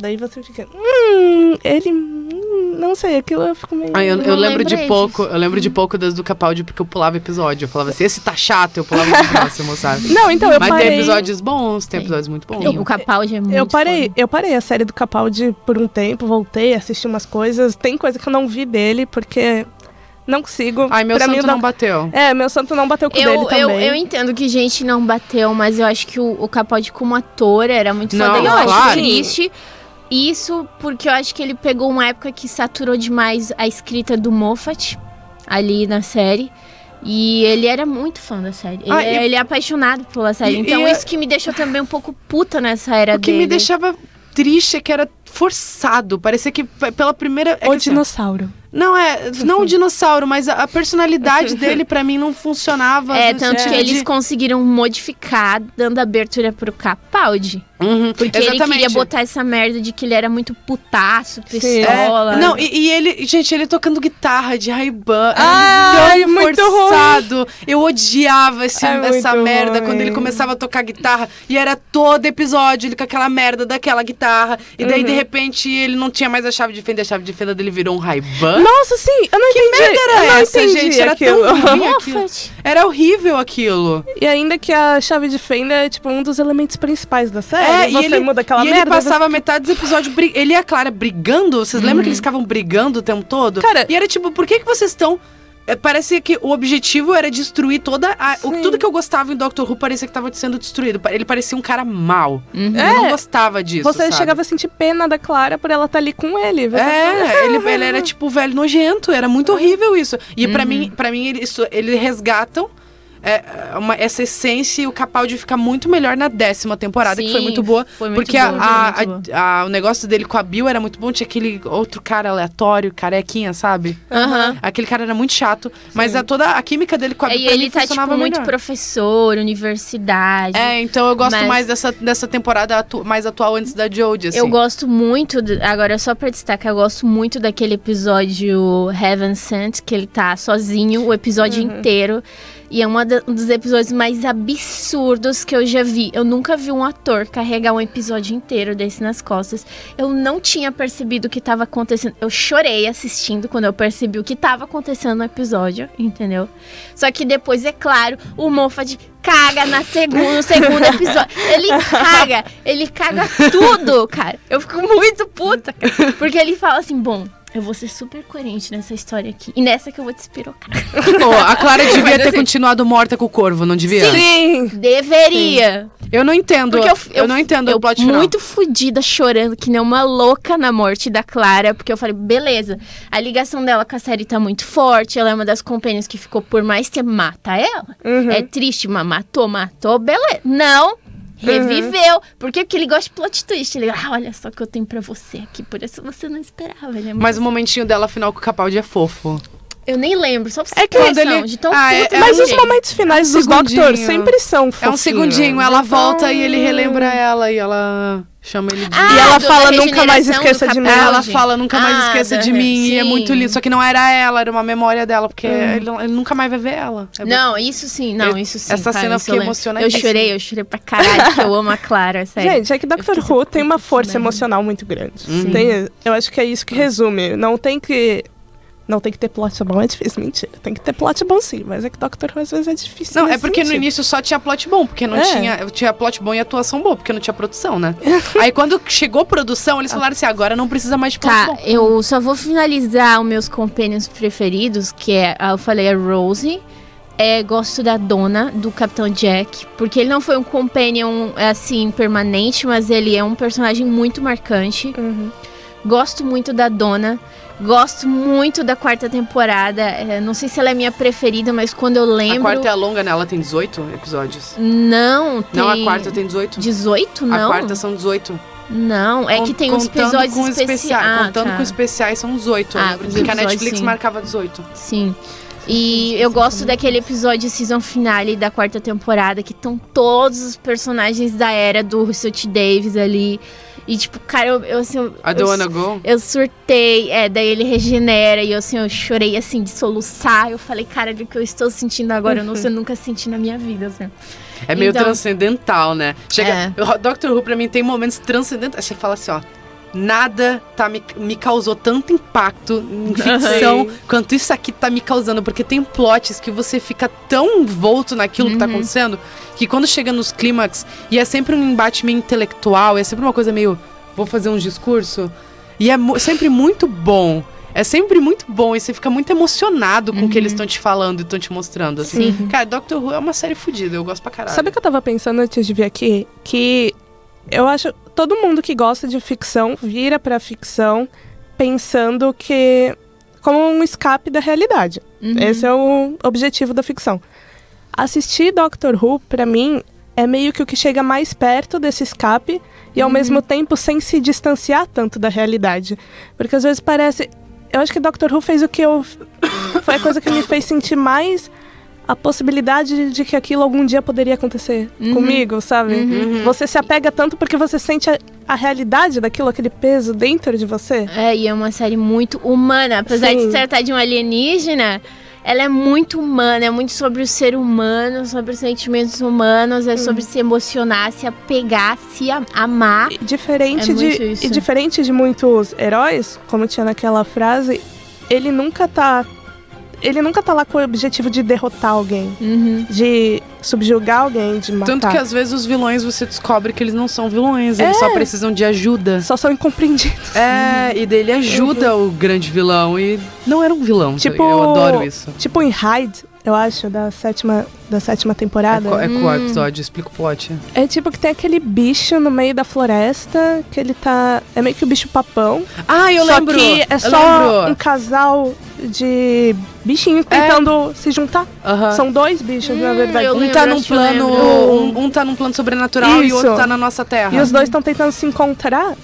Speaker 9: Daí você fica. Hum, ele. hum, não sei, aquilo eu fico meio.
Speaker 8: Ah, eu,
Speaker 9: Não
Speaker 8: eu lembro de
Speaker 9: lembrei
Speaker 8: pouco,
Speaker 9: disso.
Speaker 8: eu lembro de pouco das do Capaldi porque eu pulava episódio. Eu falava assim, esse tá chato, eu pulava pro próximo, sabe?
Speaker 9: Não, então, eu
Speaker 8: Mas
Speaker 9: parei-
Speaker 8: tem episódios bons, tem episódios muito bons.
Speaker 9: Eu-
Speaker 7: Capaldi é muito
Speaker 9: Eu parei, eu parei a série do Capaldi por um tempo, voltei, assisti umas coisas. Tem coisa que eu não vi dele, porque não consigo.
Speaker 8: Ai, meu
Speaker 9: Pra mim,
Speaker 8: santo
Speaker 9: o
Speaker 8: não
Speaker 9: doc-
Speaker 8: bateu.
Speaker 9: É, meu santo não bateu com o dele
Speaker 7: Eu,
Speaker 9: também.
Speaker 7: eu, eu entendo que gente não bateu, mas eu acho que o, o Capaldi como ator era muito
Speaker 9: Não,
Speaker 7: foda. E eu
Speaker 9: claro.
Speaker 7: acho triste Isso porque eu acho que ele pegou uma época que saturou demais a escrita do Moffat ali na série. E ele era muito fã da série. Ele,
Speaker 8: Ah,
Speaker 7: é-
Speaker 8: e-
Speaker 7: ele é apaixonado pela série.
Speaker 8: E-
Speaker 7: então
Speaker 8: e-
Speaker 7: isso que me deixou também um pouco puta nessa
Speaker 9: É
Speaker 7: era
Speaker 8: O que
Speaker 7: dele.
Speaker 8: me deixava triste é que era forçado. Parecia que p- pela primeira. é que
Speaker 9: O
Speaker 8: assim, ó,
Speaker 9: dinossauro.
Speaker 8: Não é, não o dinossauro, mas a,
Speaker 9: <laughs>
Speaker 8: a personalidade dele pra mim não funcionava.
Speaker 7: É,
Speaker 8: no
Speaker 7: tanto que
Speaker 8: sentido
Speaker 7: eles
Speaker 8: de-
Speaker 7: conseguiram modificar, dando abertura pro Capaldi.
Speaker 8: Uhum,
Speaker 7: Porque ele
Speaker 8: exatamente.
Speaker 7: queria botar essa merda de que ele era muito putaço,
Speaker 8: Sim.
Speaker 7: pistola.
Speaker 8: É, Não, e, e ele, gente, ele tocando guitarra de Ray-Ban.
Speaker 9: Ai,
Speaker 8: é tão
Speaker 9: Ah, muito
Speaker 8: forçado. Eu odiava esse,
Speaker 9: É
Speaker 8: essa
Speaker 9: muito
Speaker 8: merda quando ele
Speaker 9: ruim.
Speaker 8: começava a tocar guitarra. E era todo episódio ele com aquela merda daquela guitarra. E daí,
Speaker 9: Uhum.
Speaker 8: de repente, ele não tinha mais a chave de fenda. A chave de fenda dele virou um Ray-Ban.
Speaker 9: Nossa, sim, eu não
Speaker 8: Que
Speaker 9: entendi.
Speaker 8: merda era
Speaker 9: eu não
Speaker 8: essa,
Speaker 9: entendi
Speaker 8: gente? Era
Speaker 9: aquilo. <laughs>
Speaker 8: tão ruim aquilo. Era horrível aquilo.
Speaker 9: E ainda que a chave de fenda é tipo um dos elementos principais da série.
Speaker 8: É,
Speaker 9: você
Speaker 8: e ele,
Speaker 9: muda aquela
Speaker 8: e ele
Speaker 9: merda.
Speaker 8: passava
Speaker 9: você-
Speaker 8: metade dos episódios. bri- Ele e a Clara brigando. Vocês lembram
Speaker 9: Uhum.
Speaker 8: que eles ficavam brigando o tempo todo? Cara, e era tipo, por que, que vocês estão. é, Parece que o objetivo era destruir toda a. o- tudo que eu gostava em Doctor Who parecia que estava sendo destruído. Pa- Ele parecia um cara mal. Eu não
Speaker 9: É.
Speaker 8: gostava disso.
Speaker 9: Você
Speaker 8: sabe?
Speaker 9: chegava a sentir pena da Clara por ela estar ali com ele. Você
Speaker 8: É,
Speaker 9: fala,
Speaker 8: ele, ele era tipo o velho nojento, era
Speaker 9: Uhum.
Speaker 8: muito horrível isso. E pra mim, para mim ele- isso- eles resgatam é, uma- essa essência e o Capaldi fica muito melhor na décima temporada, que foi
Speaker 7: Sim,
Speaker 8: muito boa.
Speaker 7: foi muito
Speaker 8: porque
Speaker 7: boa,
Speaker 8: a-
Speaker 7: foi
Speaker 8: a-
Speaker 7: muito
Speaker 8: a- a- o negócio dele com a Bill era muito bom, tinha aquele outro cara aleatório, carequinha, sabe?
Speaker 7: Aham.
Speaker 8: Aquele cara era muito chato, mas a, toda a química dele com a Bill
Speaker 7: E
Speaker 8: pra mim,
Speaker 7: ele tá, tipo,
Speaker 8: funcionava
Speaker 7: muito
Speaker 8: melhor.
Speaker 7: professor, universidade.
Speaker 8: É, então eu gosto
Speaker 7: Mas-
Speaker 8: mais dessa, dessa temporada atu- mais atual antes da Jodie, assim.
Speaker 7: Eu gosto muito, do- agora só pra destacar, eu gosto muito daquele episódio Heaven Sent, que ele tá sozinho o episódio
Speaker 1: Uhum.
Speaker 7: inteiro. E é uma da- um dos episódios mais absurdos que eu já vi. Eu nunca vi um ator carregar um episódio inteiro desse nas costas. Eu não tinha percebido o que tava acontecendo. Eu chorei assistindo quando eu percebi o que tava acontecendo no episódio, entendeu? Só que depois, é claro, o Moffat caga na segun- no segundo episódio. Ele caga, ele caga tudo, cara. Eu fico muito puta, cara. Porque ele fala assim, bom... Eu vou ser super coerente nessa história aqui. E nessa que eu vou te espirocar.
Speaker 8: <laughs> Pô, a Clara devia
Speaker 7: <laughs> Mas
Speaker 8: ter
Speaker 7: assim-
Speaker 8: continuado morta com o corvo, não devia?
Speaker 7: Sim. Deveria.
Speaker 8: Eu não entendo.
Speaker 7: Porque eu,
Speaker 8: eu não entendo o
Speaker 7: eu
Speaker 8: plot final.
Speaker 7: Muito fodida, chorando, que nem uma louca na morte da Clara. Porque eu falei, beleza, a ligação dela com a série tá muito forte. Ela é uma das companhias que ficou por mais tempo. Mata ela.
Speaker 8: Uhum.
Speaker 7: É triste, mas matou, matou, beleza. Não. Reviveu. Por quê? Porque ele gosta de plot twist. Ele, ah, olha só o que eu tenho pra você aqui. Por isso você não esperava. Ele é muito-
Speaker 8: Mas o momentinho dela final com o Capaldi é fofo.
Speaker 7: Eu nem lembro, só pra você
Speaker 8: É
Speaker 7: é
Speaker 8: que
Speaker 7: ter
Speaker 8: quando
Speaker 7: noção
Speaker 8: ele-
Speaker 7: de tão
Speaker 8: Ah, é-
Speaker 7: puto
Speaker 8: é
Speaker 7: que
Speaker 8: um
Speaker 7: eu
Speaker 9: Mas os
Speaker 7: fiquei.
Speaker 9: momentos finais dos
Speaker 8: segundinho.
Speaker 9: Doctor sempre são
Speaker 8: É um
Speaker 9: fofinhos.
Speaker 8: segundinho, ela volta e ele relembra ela e ela chama ele de.
Speaker 9: Ah, E ela do- da fala, "Nunca mais regeneração esqueça do de mim". Capaldi.
Speaker 8: Ela fala, nunca mais
Speaker 9: Ah,
Speaker 8: esqueça
Speaker 9: da-
Speaker 8: de mim. E é
Speaker 9: sim.
Speaker 8: muito lindo. Só que não era ela, era uma memória dela, porque
Speaker 7: Hum.
Speaker 8: ele, não- ele nunca mais vai ver ela. É
Speaker 7: Não,
Speaker 8: muito-
Speaker 7: isso sim, não,
Speaker 8: Eu-
Speaker 7: isso sim.
Speaker 8: Essa
Speaker 7: cara,
Speaker 8: cena eu
Speaker 7: isso eu
Speaker 8: fiquei
Speaker 7: lembro.
Speaker 8: emocionada.
Speaker 7: Eu chorei, eu chorei pra caralho, que eu amo a Clara, sério.
Speaker 9: Gente, é que Doctor Who tem uma força emocional muito grande.
Speaker 7: Uhum.
Speaker 9: Tem- eu acho que é isso que resume. Não tem que. Não tem que ter plot bom, é difícil. Mentira. Tem que ter plot bom sim, mas é que Doctor Who às vezes é difícil.
Speaker 8: Não, é
Speaker 9: nesse
Speaker 8: porque no
Speaker 9: sentido.
Speaker 8: início só tinha plot bom, porque não
Speaker 9: É.
Speaker 8: tinha. Tinha plot bom e atuação boa, porque não tinha produção,
Speaker 7: <laughs>
Speaker 8: né? Aí quando chegou produção, eles falaram assim: agora não precisa mais de plot
Speaker 7: Tá,
Speaker 8: bom.
Speaker 7: eu só vou finalizar os meus companions preferidos, que é, ah, eu falei, a Rose. É, gosto da dona do Capitão Jack, porque ele não foi um companion assim permanente, mas ele é um personagem muito marcante.
Speaker 8: Uhum.
Speaker 7: Gosto muito da dona. Gosto muito da quarta temporada. É, não sei se ela é minha preferida, mas quando eu lembro.
Speaker 8: A quarta é longa, né? Ela tem 18 episódios.
Speaker 7: Não, tem...
Speaker 8: Não, a quarta tem 18.
Speaker 7: 18, não?
Speaker 8: A quarta são 18.
Speaker 7: Não, é
Speaker 8: Con-
Speaker 7: que tem uns
Speaker 8: contando
Speaker 7: episódios
Speaker 8: com
Speaker 7: especiais.
Speaker 8: especiais.
Speaker 7: Ah,
Speaker 8: contando
Speaker 7: tá.
Speaker 8: com especiais são 18.
Speaker 7: Ah,
Speaker 8: eu lembro
Speaker 7: os
Speaker 8: que a
Speaker 7: episódios,
Speaker 8: Netflix
Speaker 7: sim.
Speaker 8: marcava 18.
Speaker 7: Sim. E eu gosto daquele episódio season finale da quarta temporada, que estão todos os personagens da era do Russell T. Davis ali. E tipo, cara, eu, eu assim... Eu,
Speaker 8: I don't
Speaker 7: eu-
Speaker 8: wanna go.
Speaker 7: Eu surtei, é, daí ele regenera e eu assim, eu chorei assim, de soluçar. Eu falei, cara, do que eu estou sentindo agora, eu não
Speaker 8: Uhum.
Speaker 7: sei, eu nunca senti na minha vida, assim.
Speaker 8: É meio
Speaker 7: Então-
Speaker 8: transcendental, né? Chega,
Speaker 7: É.
Speaker 8: o Doctor Who pra mim tem momentos transcendentais. Você fala assim, ó. Nada tá me, me causou tanto impacto
Speaker 7: <laughs>
Speaker 8: em ficção
Speaker 7: Sim.
Speaker 8: quanto isso aqui tá me causando. Porque tem plots que você fica tão envolto naquilo
Speaker 7: Uhum.
Speaker 8: que tá acontecendo que quando chega nos clímax, e é sempre um embate meio intelectual, é sempre uma coisa meio. Vou fazer um discurso. E é mu- sempre muito bom. É sempre muito bom. E você fica muito emocionado com o que eles estão te falando e estão te mostrando. Assim.
Speaker 9: Uhum. Sim.
Speaker 8: Cara, Doctor Who é uma série fodida. Eu gosto pra caralho.
Speaker 9: Sabe o que eu tava pensando antes de vir aqui? Que Eu acho todo mundo que gosta de ficção vira pra ficção pensando que como um escape da realidade.
Speaker 16: Uhum.
Speaker 9: Esse é o objetivo da ficção. Assistir Doctor Who pra mim é meio que o que chega mais perto desse escape e ao mesmo tempo sem se distanciar tanto da realidade, porque às vezes parece eu acho que Doctor Who fez o que eu <coughs> foi a coisa que me fez sentir mais a possibilidade de que aquilo algum dia poderia acontecer
Speaker 16: Uhum.
Speaker 9: comigo, sabe?
Speaker 16: Uhum.
Speaker 9: Você se apega tanto porque você sente a, a realidade daquilo, aquele peso dentro de você.
Speaker 7: É, e é uma série muito humana. Apesar de
Speaker 9: Sim.
Speaker 7: se tratar de um alienígena, ela é muito humana, é muito sobre o ser humano, sobre os sentimentos humanos, é sobre se emocionar, se apegar, se am- amar.
Speaker 9: Diferente
Speaker 7: É muito
Speaker 9: de,
Speaker 7: isso.
Speaker 9: e diferente de muitos heróis, como tinha naquela frase, ele nunca tá. Ele nunca tá lá com o objetivo de derrotar alguém,
Speaker 7: Uhum.
Speaker 9: de subjugar alguém, de matar.
Speaker 8: Tanto que às vezes os vilões você descobre que eles não são vilões, eles
Speaker 9: É.
Speaker 8: só precisam de ajuda.
Speaker 9: Só são incompreendidos.
Speaker 8: É, e daí ele ajuda o grande vilão e não era um vilão. tá
Speaker 9: Tipo,
Speaker 8: ligado? eu adoro isso.
Speaker 9: Tipo em Hyde, eu acho, da sétima, da sétima temporada.
Speaker 8: Qual- É qual episódio? Explica o plot.
Speaker 9: É tipo que tem aquele bicho no meio da floresta, que ele tá. É meio que o bicho papão.
Speaker 8: Ah, eu
Speaker 9: só
Speaker 8: lembro,
Speaker 9: Que é
Speaker 8: eu
Speaker 9: só
Speaker 8: lembro. É.
Speaker 9: um casal de bichinhos tentando se juntar.
Speaker 8: Aham.
Speaker 9: um São dois bichos, na verdade.
Speaker 8: um tá num plano. Um, um tá num plano sobrenatural e o outro
Speaker 9: Isso.
Speaker 8: tá na nossa terra.
Speaker 9: E os dois estão tentando se encontrar.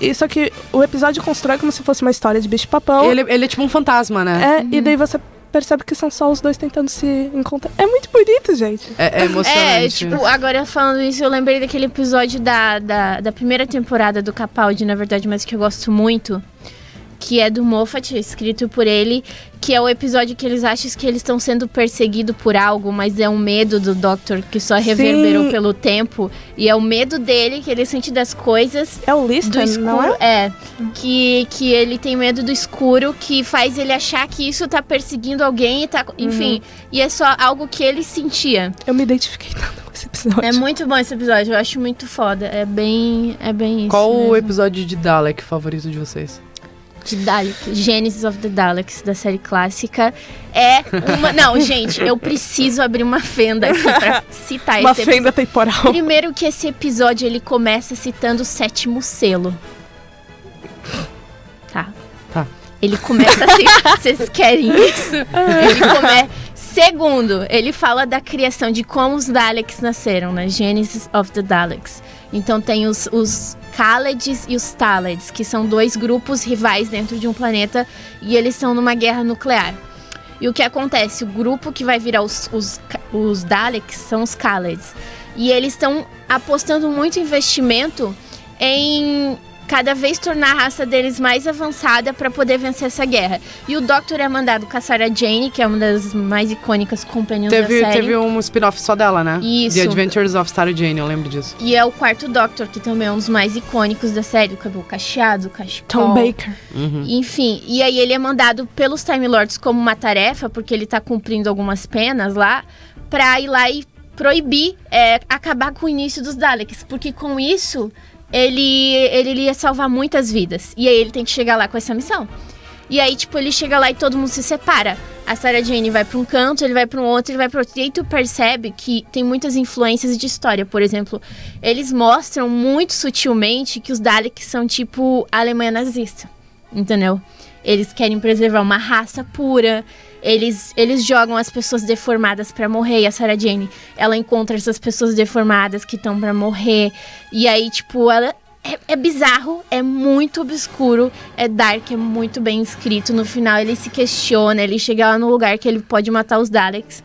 Speaker 9: E só que o episódio constrói como se fosse uma história de bicho papão.
Speaker 8: Ele, ele é tipo um fantasma, né?
Speaker 9: É, e daí você percebe que são só os dois tentando se encontrar. É muito bonito, gente.
Speaker 8: É, é emocionante.
Speaker 7: É, tipo, agora falando isso, eu lembrei daquele episódio da, da, da primeira temporada do Capaldi, na verdade, mas que eu gosto muito. Que é do Moffat, escrito por ele, que é o episódio que eles acham que eles estão sendo perseguidos por algo, mas é um medo do Doctor que só reverberou
Speaker 9: Sim.
Speaker 7: pelo tempo. E é o medo dele que ele sente das coisas.
Speaker 9: É o Liston,
Speaker 7: do escuro.
Speaker 9: não é?
Speaker 7: Que, que ele tem medo do escuro, que faz ele achar que isso tá perseguindo alguém e tá. Enfim.
Speaker 9: Uhum.
Speaker 7: E é só algo que ele sentia.
Speaker 9: Eu me identifiquei tanto com esse episódio.
Speaker 7: É muito bom esse episódio, eu acho muito foda. É bem, é bem isso.
Speaker 8: Qual o
Speaker 7: mesmo.
Speaker 8: episódio de Dalek favorito de vocês?
Speaker 7: de Dalek, Genesis of the Daleks, da série clássica, é uma... Não, gente, eu preciso abrir uma fenda aqui pra citar
Speaker 9: Uma
Speaker 7: esse
Speaker 9: fenda
Speaker 7: episódio.
Speaker 9: temporal.
Speaker 7: Primeiro que esse episódio, ele começa citando o sétimo selo. Tá.
Speaker 8: Tá.
Speaker 7: Ele começa assim, vocês querem isso? Ele come... Segundo, ele fala da criação, de como os Daleks nasceram, né? Genesis of the Daleks. Então tem os, os Khaleds e os Taleds, que são dois grupos rivais dentro de um planeta e eles estão numa guerra nuclear. E o que acontece? O grupo que vai virar os, os, Ka- os Daleks são os Khaleds. E eles estão apostando muito investimento em cada vez tornar a raça deles mais avançada para poder vencer essa guerra. E o Doctor é mandado caçar a Jane, que é uma das mais icônicas companhias
Speaker 8: Teve,
Speaker 7: da série.
Speaker 8: teve um spin-off só dela, né?
Speaker 7: Isso.
Speaker 8: The Adventures of Sarah Jane, eu lembro disso.
Speaker 7: E é o quarto Doctor, que também é um dos mais icônicos da série, o cabelo cacheado, o cachecol.
Speaker 9: Tom Baker.
Speaker 7: Enfim, e aí ele é mandado pelos Time Lords como uma tarefa, porque ele tá cumprindo algumas penas lá, pra ir lá e proibir, é, acabar com o início dos Daleks. Porque com isso, ele, ele ia salvar muitas vidas. E aí ele tem que chegar lá com essa missão. E aí, tipo, ele chega lá e todo mundo se separa. A Sarah Jane vai pra um canto, ele vai pra um outro, ele vai pra outro. E aí tu percebe que tem muitas influências de história. Por exemplo, eles mostram muito sutilmente que os Daleks são tipo a Alemanha nazista. Entendeu? Eles querem preservar uma raça pura. Eles, eles jogam as pessoas deformadas pra morrer. E a Sarah Jane, ela encontra essas pessoas deformadas que estão pra morrer. E aí, tipo, ela. É, é bizarro, é muito obscuro, é dark, é muito bem escrito. No final ele se questiona, ele chega lá no lugar que ele pode matar os Daleks.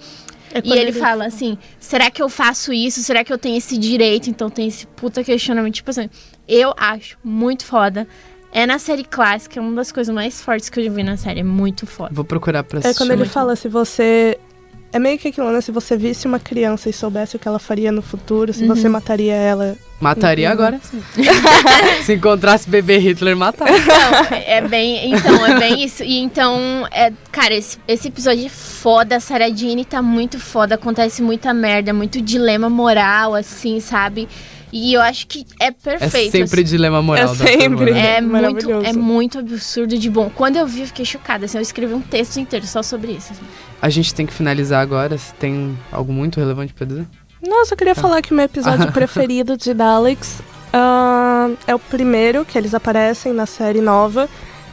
Speaker 16: É
Speaker 7: e
Speaker 16: quando
Speaker 7: ele
Speaker 16: ele
Speaker 7: fala assim: será que eu faço isso? Será que eu tenho esse direito? Então tem esse puta questionamento. Tipo assim, eu acho muito foda. É na série clássica, é uma das coisas mais fortes que eu já vi na série. É muito foda.
Speaker 8: Vou procurar pra
Speaker 9: É
Speaker 8: assistir.
Speaker 9: quando ele fala se você. É meio que aquilo, né? Se você visse uma criança e soubesse o que ela faria no futuro, se
Speaker 8: Uhum.
Speaker 9: você mataria ela.
Speaker 8: Mataria
Speaker 9: Uhum.
Speaker 8: agora, sim. <laughs> Se encontrasse bebê Hitler, matava.
Speaker 7: Então, é bem. Então, é bem isso. E então, é, cara, esse, esse episódio é foda. A Sarah Jane tá muito foda. Acontece muita merda, muito dilema moral, assim, sabe? E eu acho que é perfeito.
Speaker 8: sempre
Speaker 7: assim.
Speaker 8: dilema moral, É Dr. sempre. Moreau.
Speaker 7: É muito,
Speaker 8: Maravilhoso.
Speaker 7: é muito absurdo de bom. Quando eu vi, eu fiquei chocada. Assim, eu escrevi um texto inteiro só sobre isso. assim.
Speaker 8: A gente tem que finalizar agora. Se tem algo muito relevante pra dizer?
Speaker 9: Nossa, eu queria falar que o meu episódio
Speaker 8: Ah.
Speaker 9: preferido de Daleks Ahn, é o primeiro que eles aparecem na série nova,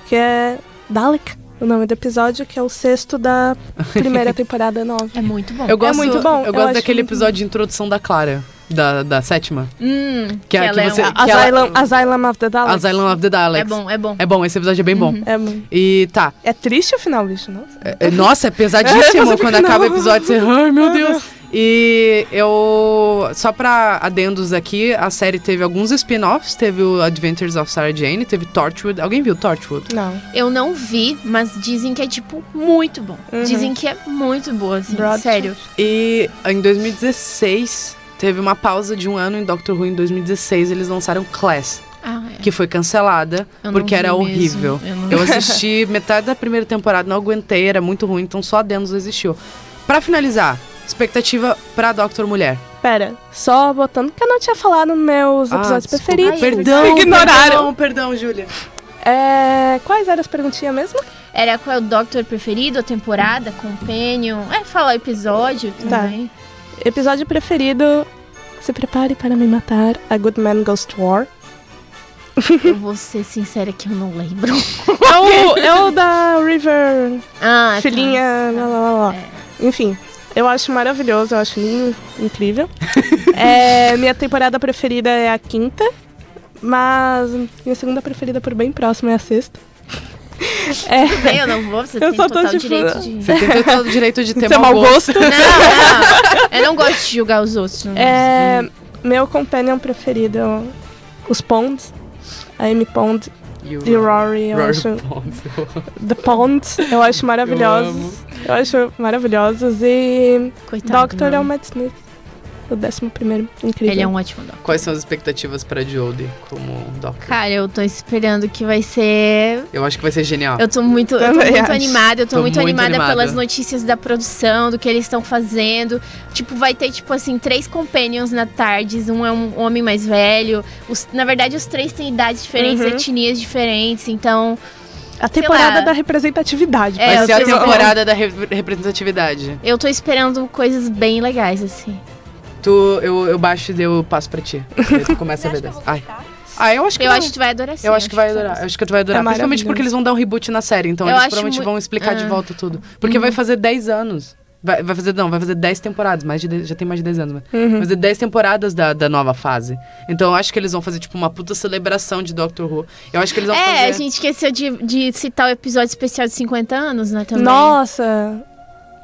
Speaker 9: que é Dalek, o nome do episódio, que é o sexto da primeira temporada nova.
Speaker 1: É muito bom.
Speaker 8: Eu gosto,
Speaker 9: é muito bom.
Speaker 8: Eu gosto
Speaker 9: acho
Speaker 8: daquele
Speaker 9: muito
Speaker 8: episódio de introdução da Clara, da, da sétima.
Speaker 1: Hum,
Speaker 8: Que é a que você-
Speaker 9: bom.
Speaker 8: que ela-
Speaker 9: Asylum, Asylum of the Daleks.
Speaker 8: Asylum of the Daleks.
Speaker 9: É bom, é bom.
Speaker 8: É bom, esse episódio é bem bom.
Speaker 9: É bom.
Speaker 8: E tá.
Speaker 9: É triste o final, bicho, nossa.
Speaker 8: É, Nossa,
Speaker 9: <laughs> É,
Speaker 8: é pesadíssimo
Speaker 9: você
Speaker 8: quando
Speaker 9: fica,
Speaker 8: acaba o
Speaker 9: "Não."
Speaker 8: episódio. Você, ai meu Deus. E eu. Só pra adendos aqui, a série teve alguns spin-offs. Teve o Adventures of Sarah Jane, teve Torchwood. Alguém viu Torchwood?
Speaker 9: Não.
Speaker 7: Eu não vi, mas dizem que é, tipo, muito bom.
Speaker 9: Uhum.
Speaker 7: Dizem que é muito boa, assim, sério.
Speaker 8: E em 2016, teve uma pausa de um ano em Doctor Who. Em 2016, eles lançaram Class.
Speaker 7: Ah, é.
Speaker 8: Que foi cancelada
Speaker 7: Eu não
Speaker 8: porque
Speaker 7: vi
Speaker 8: era
Speaker 7: mesmo,
Speaker 8: horrível.
Speaker 7: eu não
Speaker 8: Eu,
Speaker 7: vi.
Speaker 8: assisti metade da primeira temporada, não aguentei, era muito ruim, então só Adenos existiu. Pra finalizar, expectativa pra Doctor Mulher.
Speaker 9: Pera, só botando que eu não tinha falado nos meus
Speaker 8: Ah,
Speaker 9: episódios
Speaker 8: desculpa.
Speaker 9: preferidos.
Speaker 8: Perdão,
Speaker 9: Me ignoraram.
Speaker 8: Perdão, perdão, Júlia.
Speaker 9: É, quais eram as perguntinhas mesmo?
Speaker 7: Era qual é o Doctor preferido, a temporada, Companion. É, falar episódio
Speaker 9: Tá.
Speaker 7: também.
Speaker 9: Episódio preferido. Se prepare para me matar. A Good Man Goes to War.
Speaker 7: Eu vou ser sincera que eu não
Speaker 9: <laughs>
Speaker 7: lembro.
Speaker 9: É <laughs> o, é o da River. tá.
Speaker 7: Ah,
Speaker 9: <laughs> filhinha. Lá, lá, lá, lá. Enfim, eu acho maravilhoso, eu acho lindo, <laughs> incrível. É, minha temporada preferida é a quinta, mas minha segunda preferida por bem próximo é a sexta. É.
Speaker 7: Tudo bem, eu não vou,
Speaker 9: <laughs>
Speaker 7: você
Speaker 9: Eu
Speaker 7: tem
Speaker 9: só tô,
Speaker 7: total
Speaker 9: tipo,
Speaker 7: direito de...
Speaker 8: Você tem total direito de ter
Speaker 9: Ter
Speaker 8: mau
Speaker 9: mau
Speaker 8: gosto.
Speaker 9: gosto.
Speaker 7: Não, não. Eu não gosto de julgar os outros. não.
Speaker 9: É,
Speaker 7: Uhum.
Speaker 9: meu companion preferido, é os Ponds, a Amy Pond
Speaker 8: e
Speaker 9: o Rory, eu acho. The Ponds, eu acho maravilhosos. Eu, acho maravilhosos. E
Speaker 7: Coitado,
Speaker 9: Doctor
Speaker 7: Tá, não.
Speaker 9: é o Matt Smith, o décimo primeiro. Incrível.
Speaker 7: Ele é um ótimo Doctor.
Speaker 8: Quais são as expectativas pra Jodie como Doctor?
Speaker 7: Cara, eu tô esperando que vai ser...
Speaker 8: Eu acho que vai ser genial.
Speaker 7: Eu tô muito, eu tô
Speaker 8: Também
Speaker 7: muito
Speaker 8: acho.
Speaker 7: animada, eu tô,
Speaker 8: Tô
Speaker 7: muito,
Speaker 8: muito
Speaker 7: animada,
Speaker 8: animada.
Speaker 7: pelas notícias da produção, do que eles estão fazendo. Tipo, vai ter, tipo assim, três companions na tardes, um é um homem mais velho. Os- na verdade, os três têm idades diferentes,
Speaker 9: Uhum.
Speaker 7: etnias diferentes, então.
Speaker 9: A
Speaker 7: lá.
Speaker 9: temporada da representatividade.
Speaker 7: É,
Speaker 8: Vai
Speaker 7: eu
Speaker 8: ser a
Speaker 7: tô-
Speaker 8: temporada da re- representatividade.
Speaker 7: Eu tô esperando coisas bem legais, assim.
Speaker 8: Tu, eu, eu baixo e deu passo pra ti. Aí Tu começa é a ver. dessa. Ai. Ah, eu acho que
Speaker 7: Eu
Speaker 8: não.
Speaker 7: acho que tu vai adorar sim.
Speaker 8: Eu acho que vai adorar. Eu acho que tu vai adorar.
Speaker 7: É
Speaker 8: principalmente porque
Speaker 7: maravilhoso.
Speaker 8: eles vão dar um reboot na série. Então
Speaker 7: Eu
Speaker 8: eles
Speaker 7: acho
Speaker 8: provavelmente
Speaker 7: mui-
Speaker 8: vão explicar de
Speaker 7: Ah.
Speaker 8: volta tudo. Porque vai fazer 10 anos. Vai, vai fazer, não, vai fazer 10 temporadas. Mais de 10 já tem mais de 10 anos. né?
Speaker 9: Uhum.
Speaker 8: Vai fazer 10 temporadas da, da nova fase. Então eu acho que eles vão fazer, tipo, uma puta celebração de Doctor Who. Eu acho que eles vão fazer.
Speaker 7: É, a gente esqueceu de, de citar o episódio especial de 50 anos, né? Também.
Speaker 9: Nossa!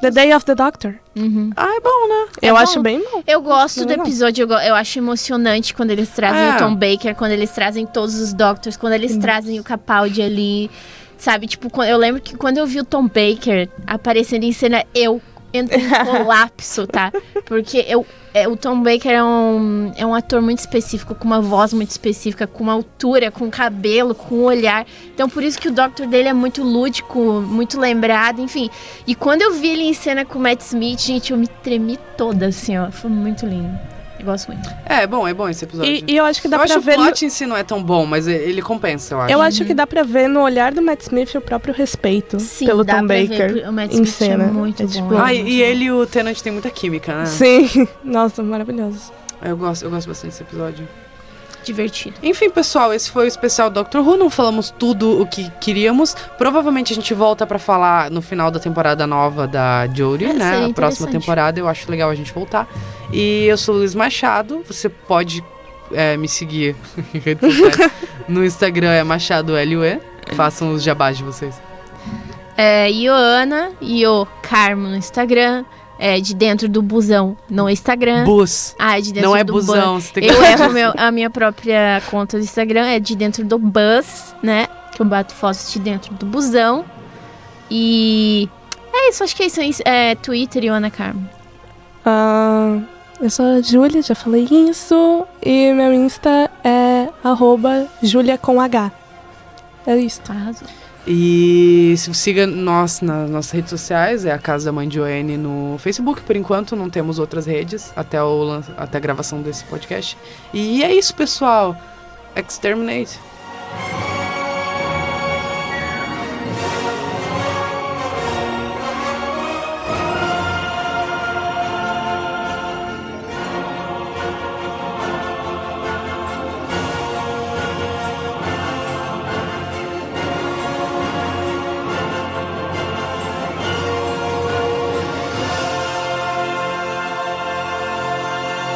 Speaker 9: The Day of the Doctor.
Speaker 7: Uhum.
Speaker 8: Ah, é bom, né?
Speaker 9: Eu
Speaker 7: É
Speaker 9: acho
Speaker 7: bom.
Speaker 9: bem bom.
Speaker 7: Eu gosto
Speaker 9: Não
Speaker 7: do
Speaker 9: é não.
Speaker 7: episódio, eu, go- eu acho emocionante quando eles trazem
Speaker 9: É.
Speaker 7: o Tom Baker, quando eles trazem todos os Doctors, quando eles trazem o Capaldi ali, sabe? Tipo, quan- eu lembro que quando eu vi o Tom Baker aparecendo em cena, eu entrei em colapso, tá? Porque eu, é, o Tom Baker é um, é um ator muito específico, com uma voz muito específica, com uma altura, com cabelo, com um olhar. Então, por isso que o Doctor dele é muito lúdico, muito lembrado, enfim. E quando eu vi ele em cena com o Matt Smith, gente, eu me tremi toda, assim, ó. Foi muito lindo. Eu gosto muito.
Speaker 8: É, é bom, é bom esse episódio.
Speaker 9: E- e eu acho que dá
Speaker 8: eu
Speaker 9: pra
Speaker 8: acho
Speaker 9: ver
Speaker 8: O
Speaker 9: no-
Speaker 8: plot Uhum. em si não é tão bom, mas e- ele compensa, eu acho.
Speaker 9: Eu acho que dá pra ver no olhar do Matt Smith o próprio respeito pelo
Speaker 8: dá
Speaker 9: Tom
Speaker 8: pra ver,
Speaker 9: Baker
Speaker 8: porque o Matt
Speaker 9: em
Speaker 8: Smith é
Speaker 9: cena.
Speaker 8: muito
Speaker 9: tipo,
Speaker 8: Ah, e e ele e o Tenant tem muita química, né?
Speaker 9: Sim, <laughs> nossa, maravilhoso.
Speaker 8: Eu gosto, eu gosto bastante desse episódio.
Speaker 7: Divertido.
Speaker 8: Enfim, pessoal, esse foi o especial Doctor Who. Não falamos tudo o que queríamos. Provavelmente a gente volta pra falar no final da temporada nova da Jodie,
Speaker 16: É,
Speaker 8: né?
Speaker 16: seria
Speaker 8: A próxima
Speaker 16: interessante.
Speaker 8: temporada. Eu acho legal a gente voltar. E eu sou o Luiz Machado. Você pode é, me seguir <laughs> em redes sociais. no Instagram é MachadoLUE. Façam os jabás de vocês.
Speaker 7: É, Ioana, Io Carmo no Instagram. É, de dentro do busão no Instagram.
Speaker 8: Bus.
Speaker 7: Ah, é de dentro
Speaker 8: Não
Speaker 7: do
Speaker 8: é
Speaker 7: bus.
Speaker 8: busão, você tem que
Speaker 7: Eu
Speaker 8: falar
Speaker 7: erro
Speaker 8: disso.
Speaker 7: meu- a minha própria conta do Instagram, é de dentro do bus, né? Que eu bato fotos de dentro do busão. E. É isso, acho que é isso. é isso. É, Twitter, Ioana Carmo.
Speaker 9: Ah, eu sou a Júlia, já falei isso. E meu Insta é arroba Júlia com H. É isso.
Speaker 7: Tá,
Speaker 8: E se siga nós nas nossas redes sociais, é a Casa da Mãe de Joanne no Facebook, por enquanto, não temos outras redes até, o, lan- até a gravação desse podcast. E é isso, pessoal. Exterminate.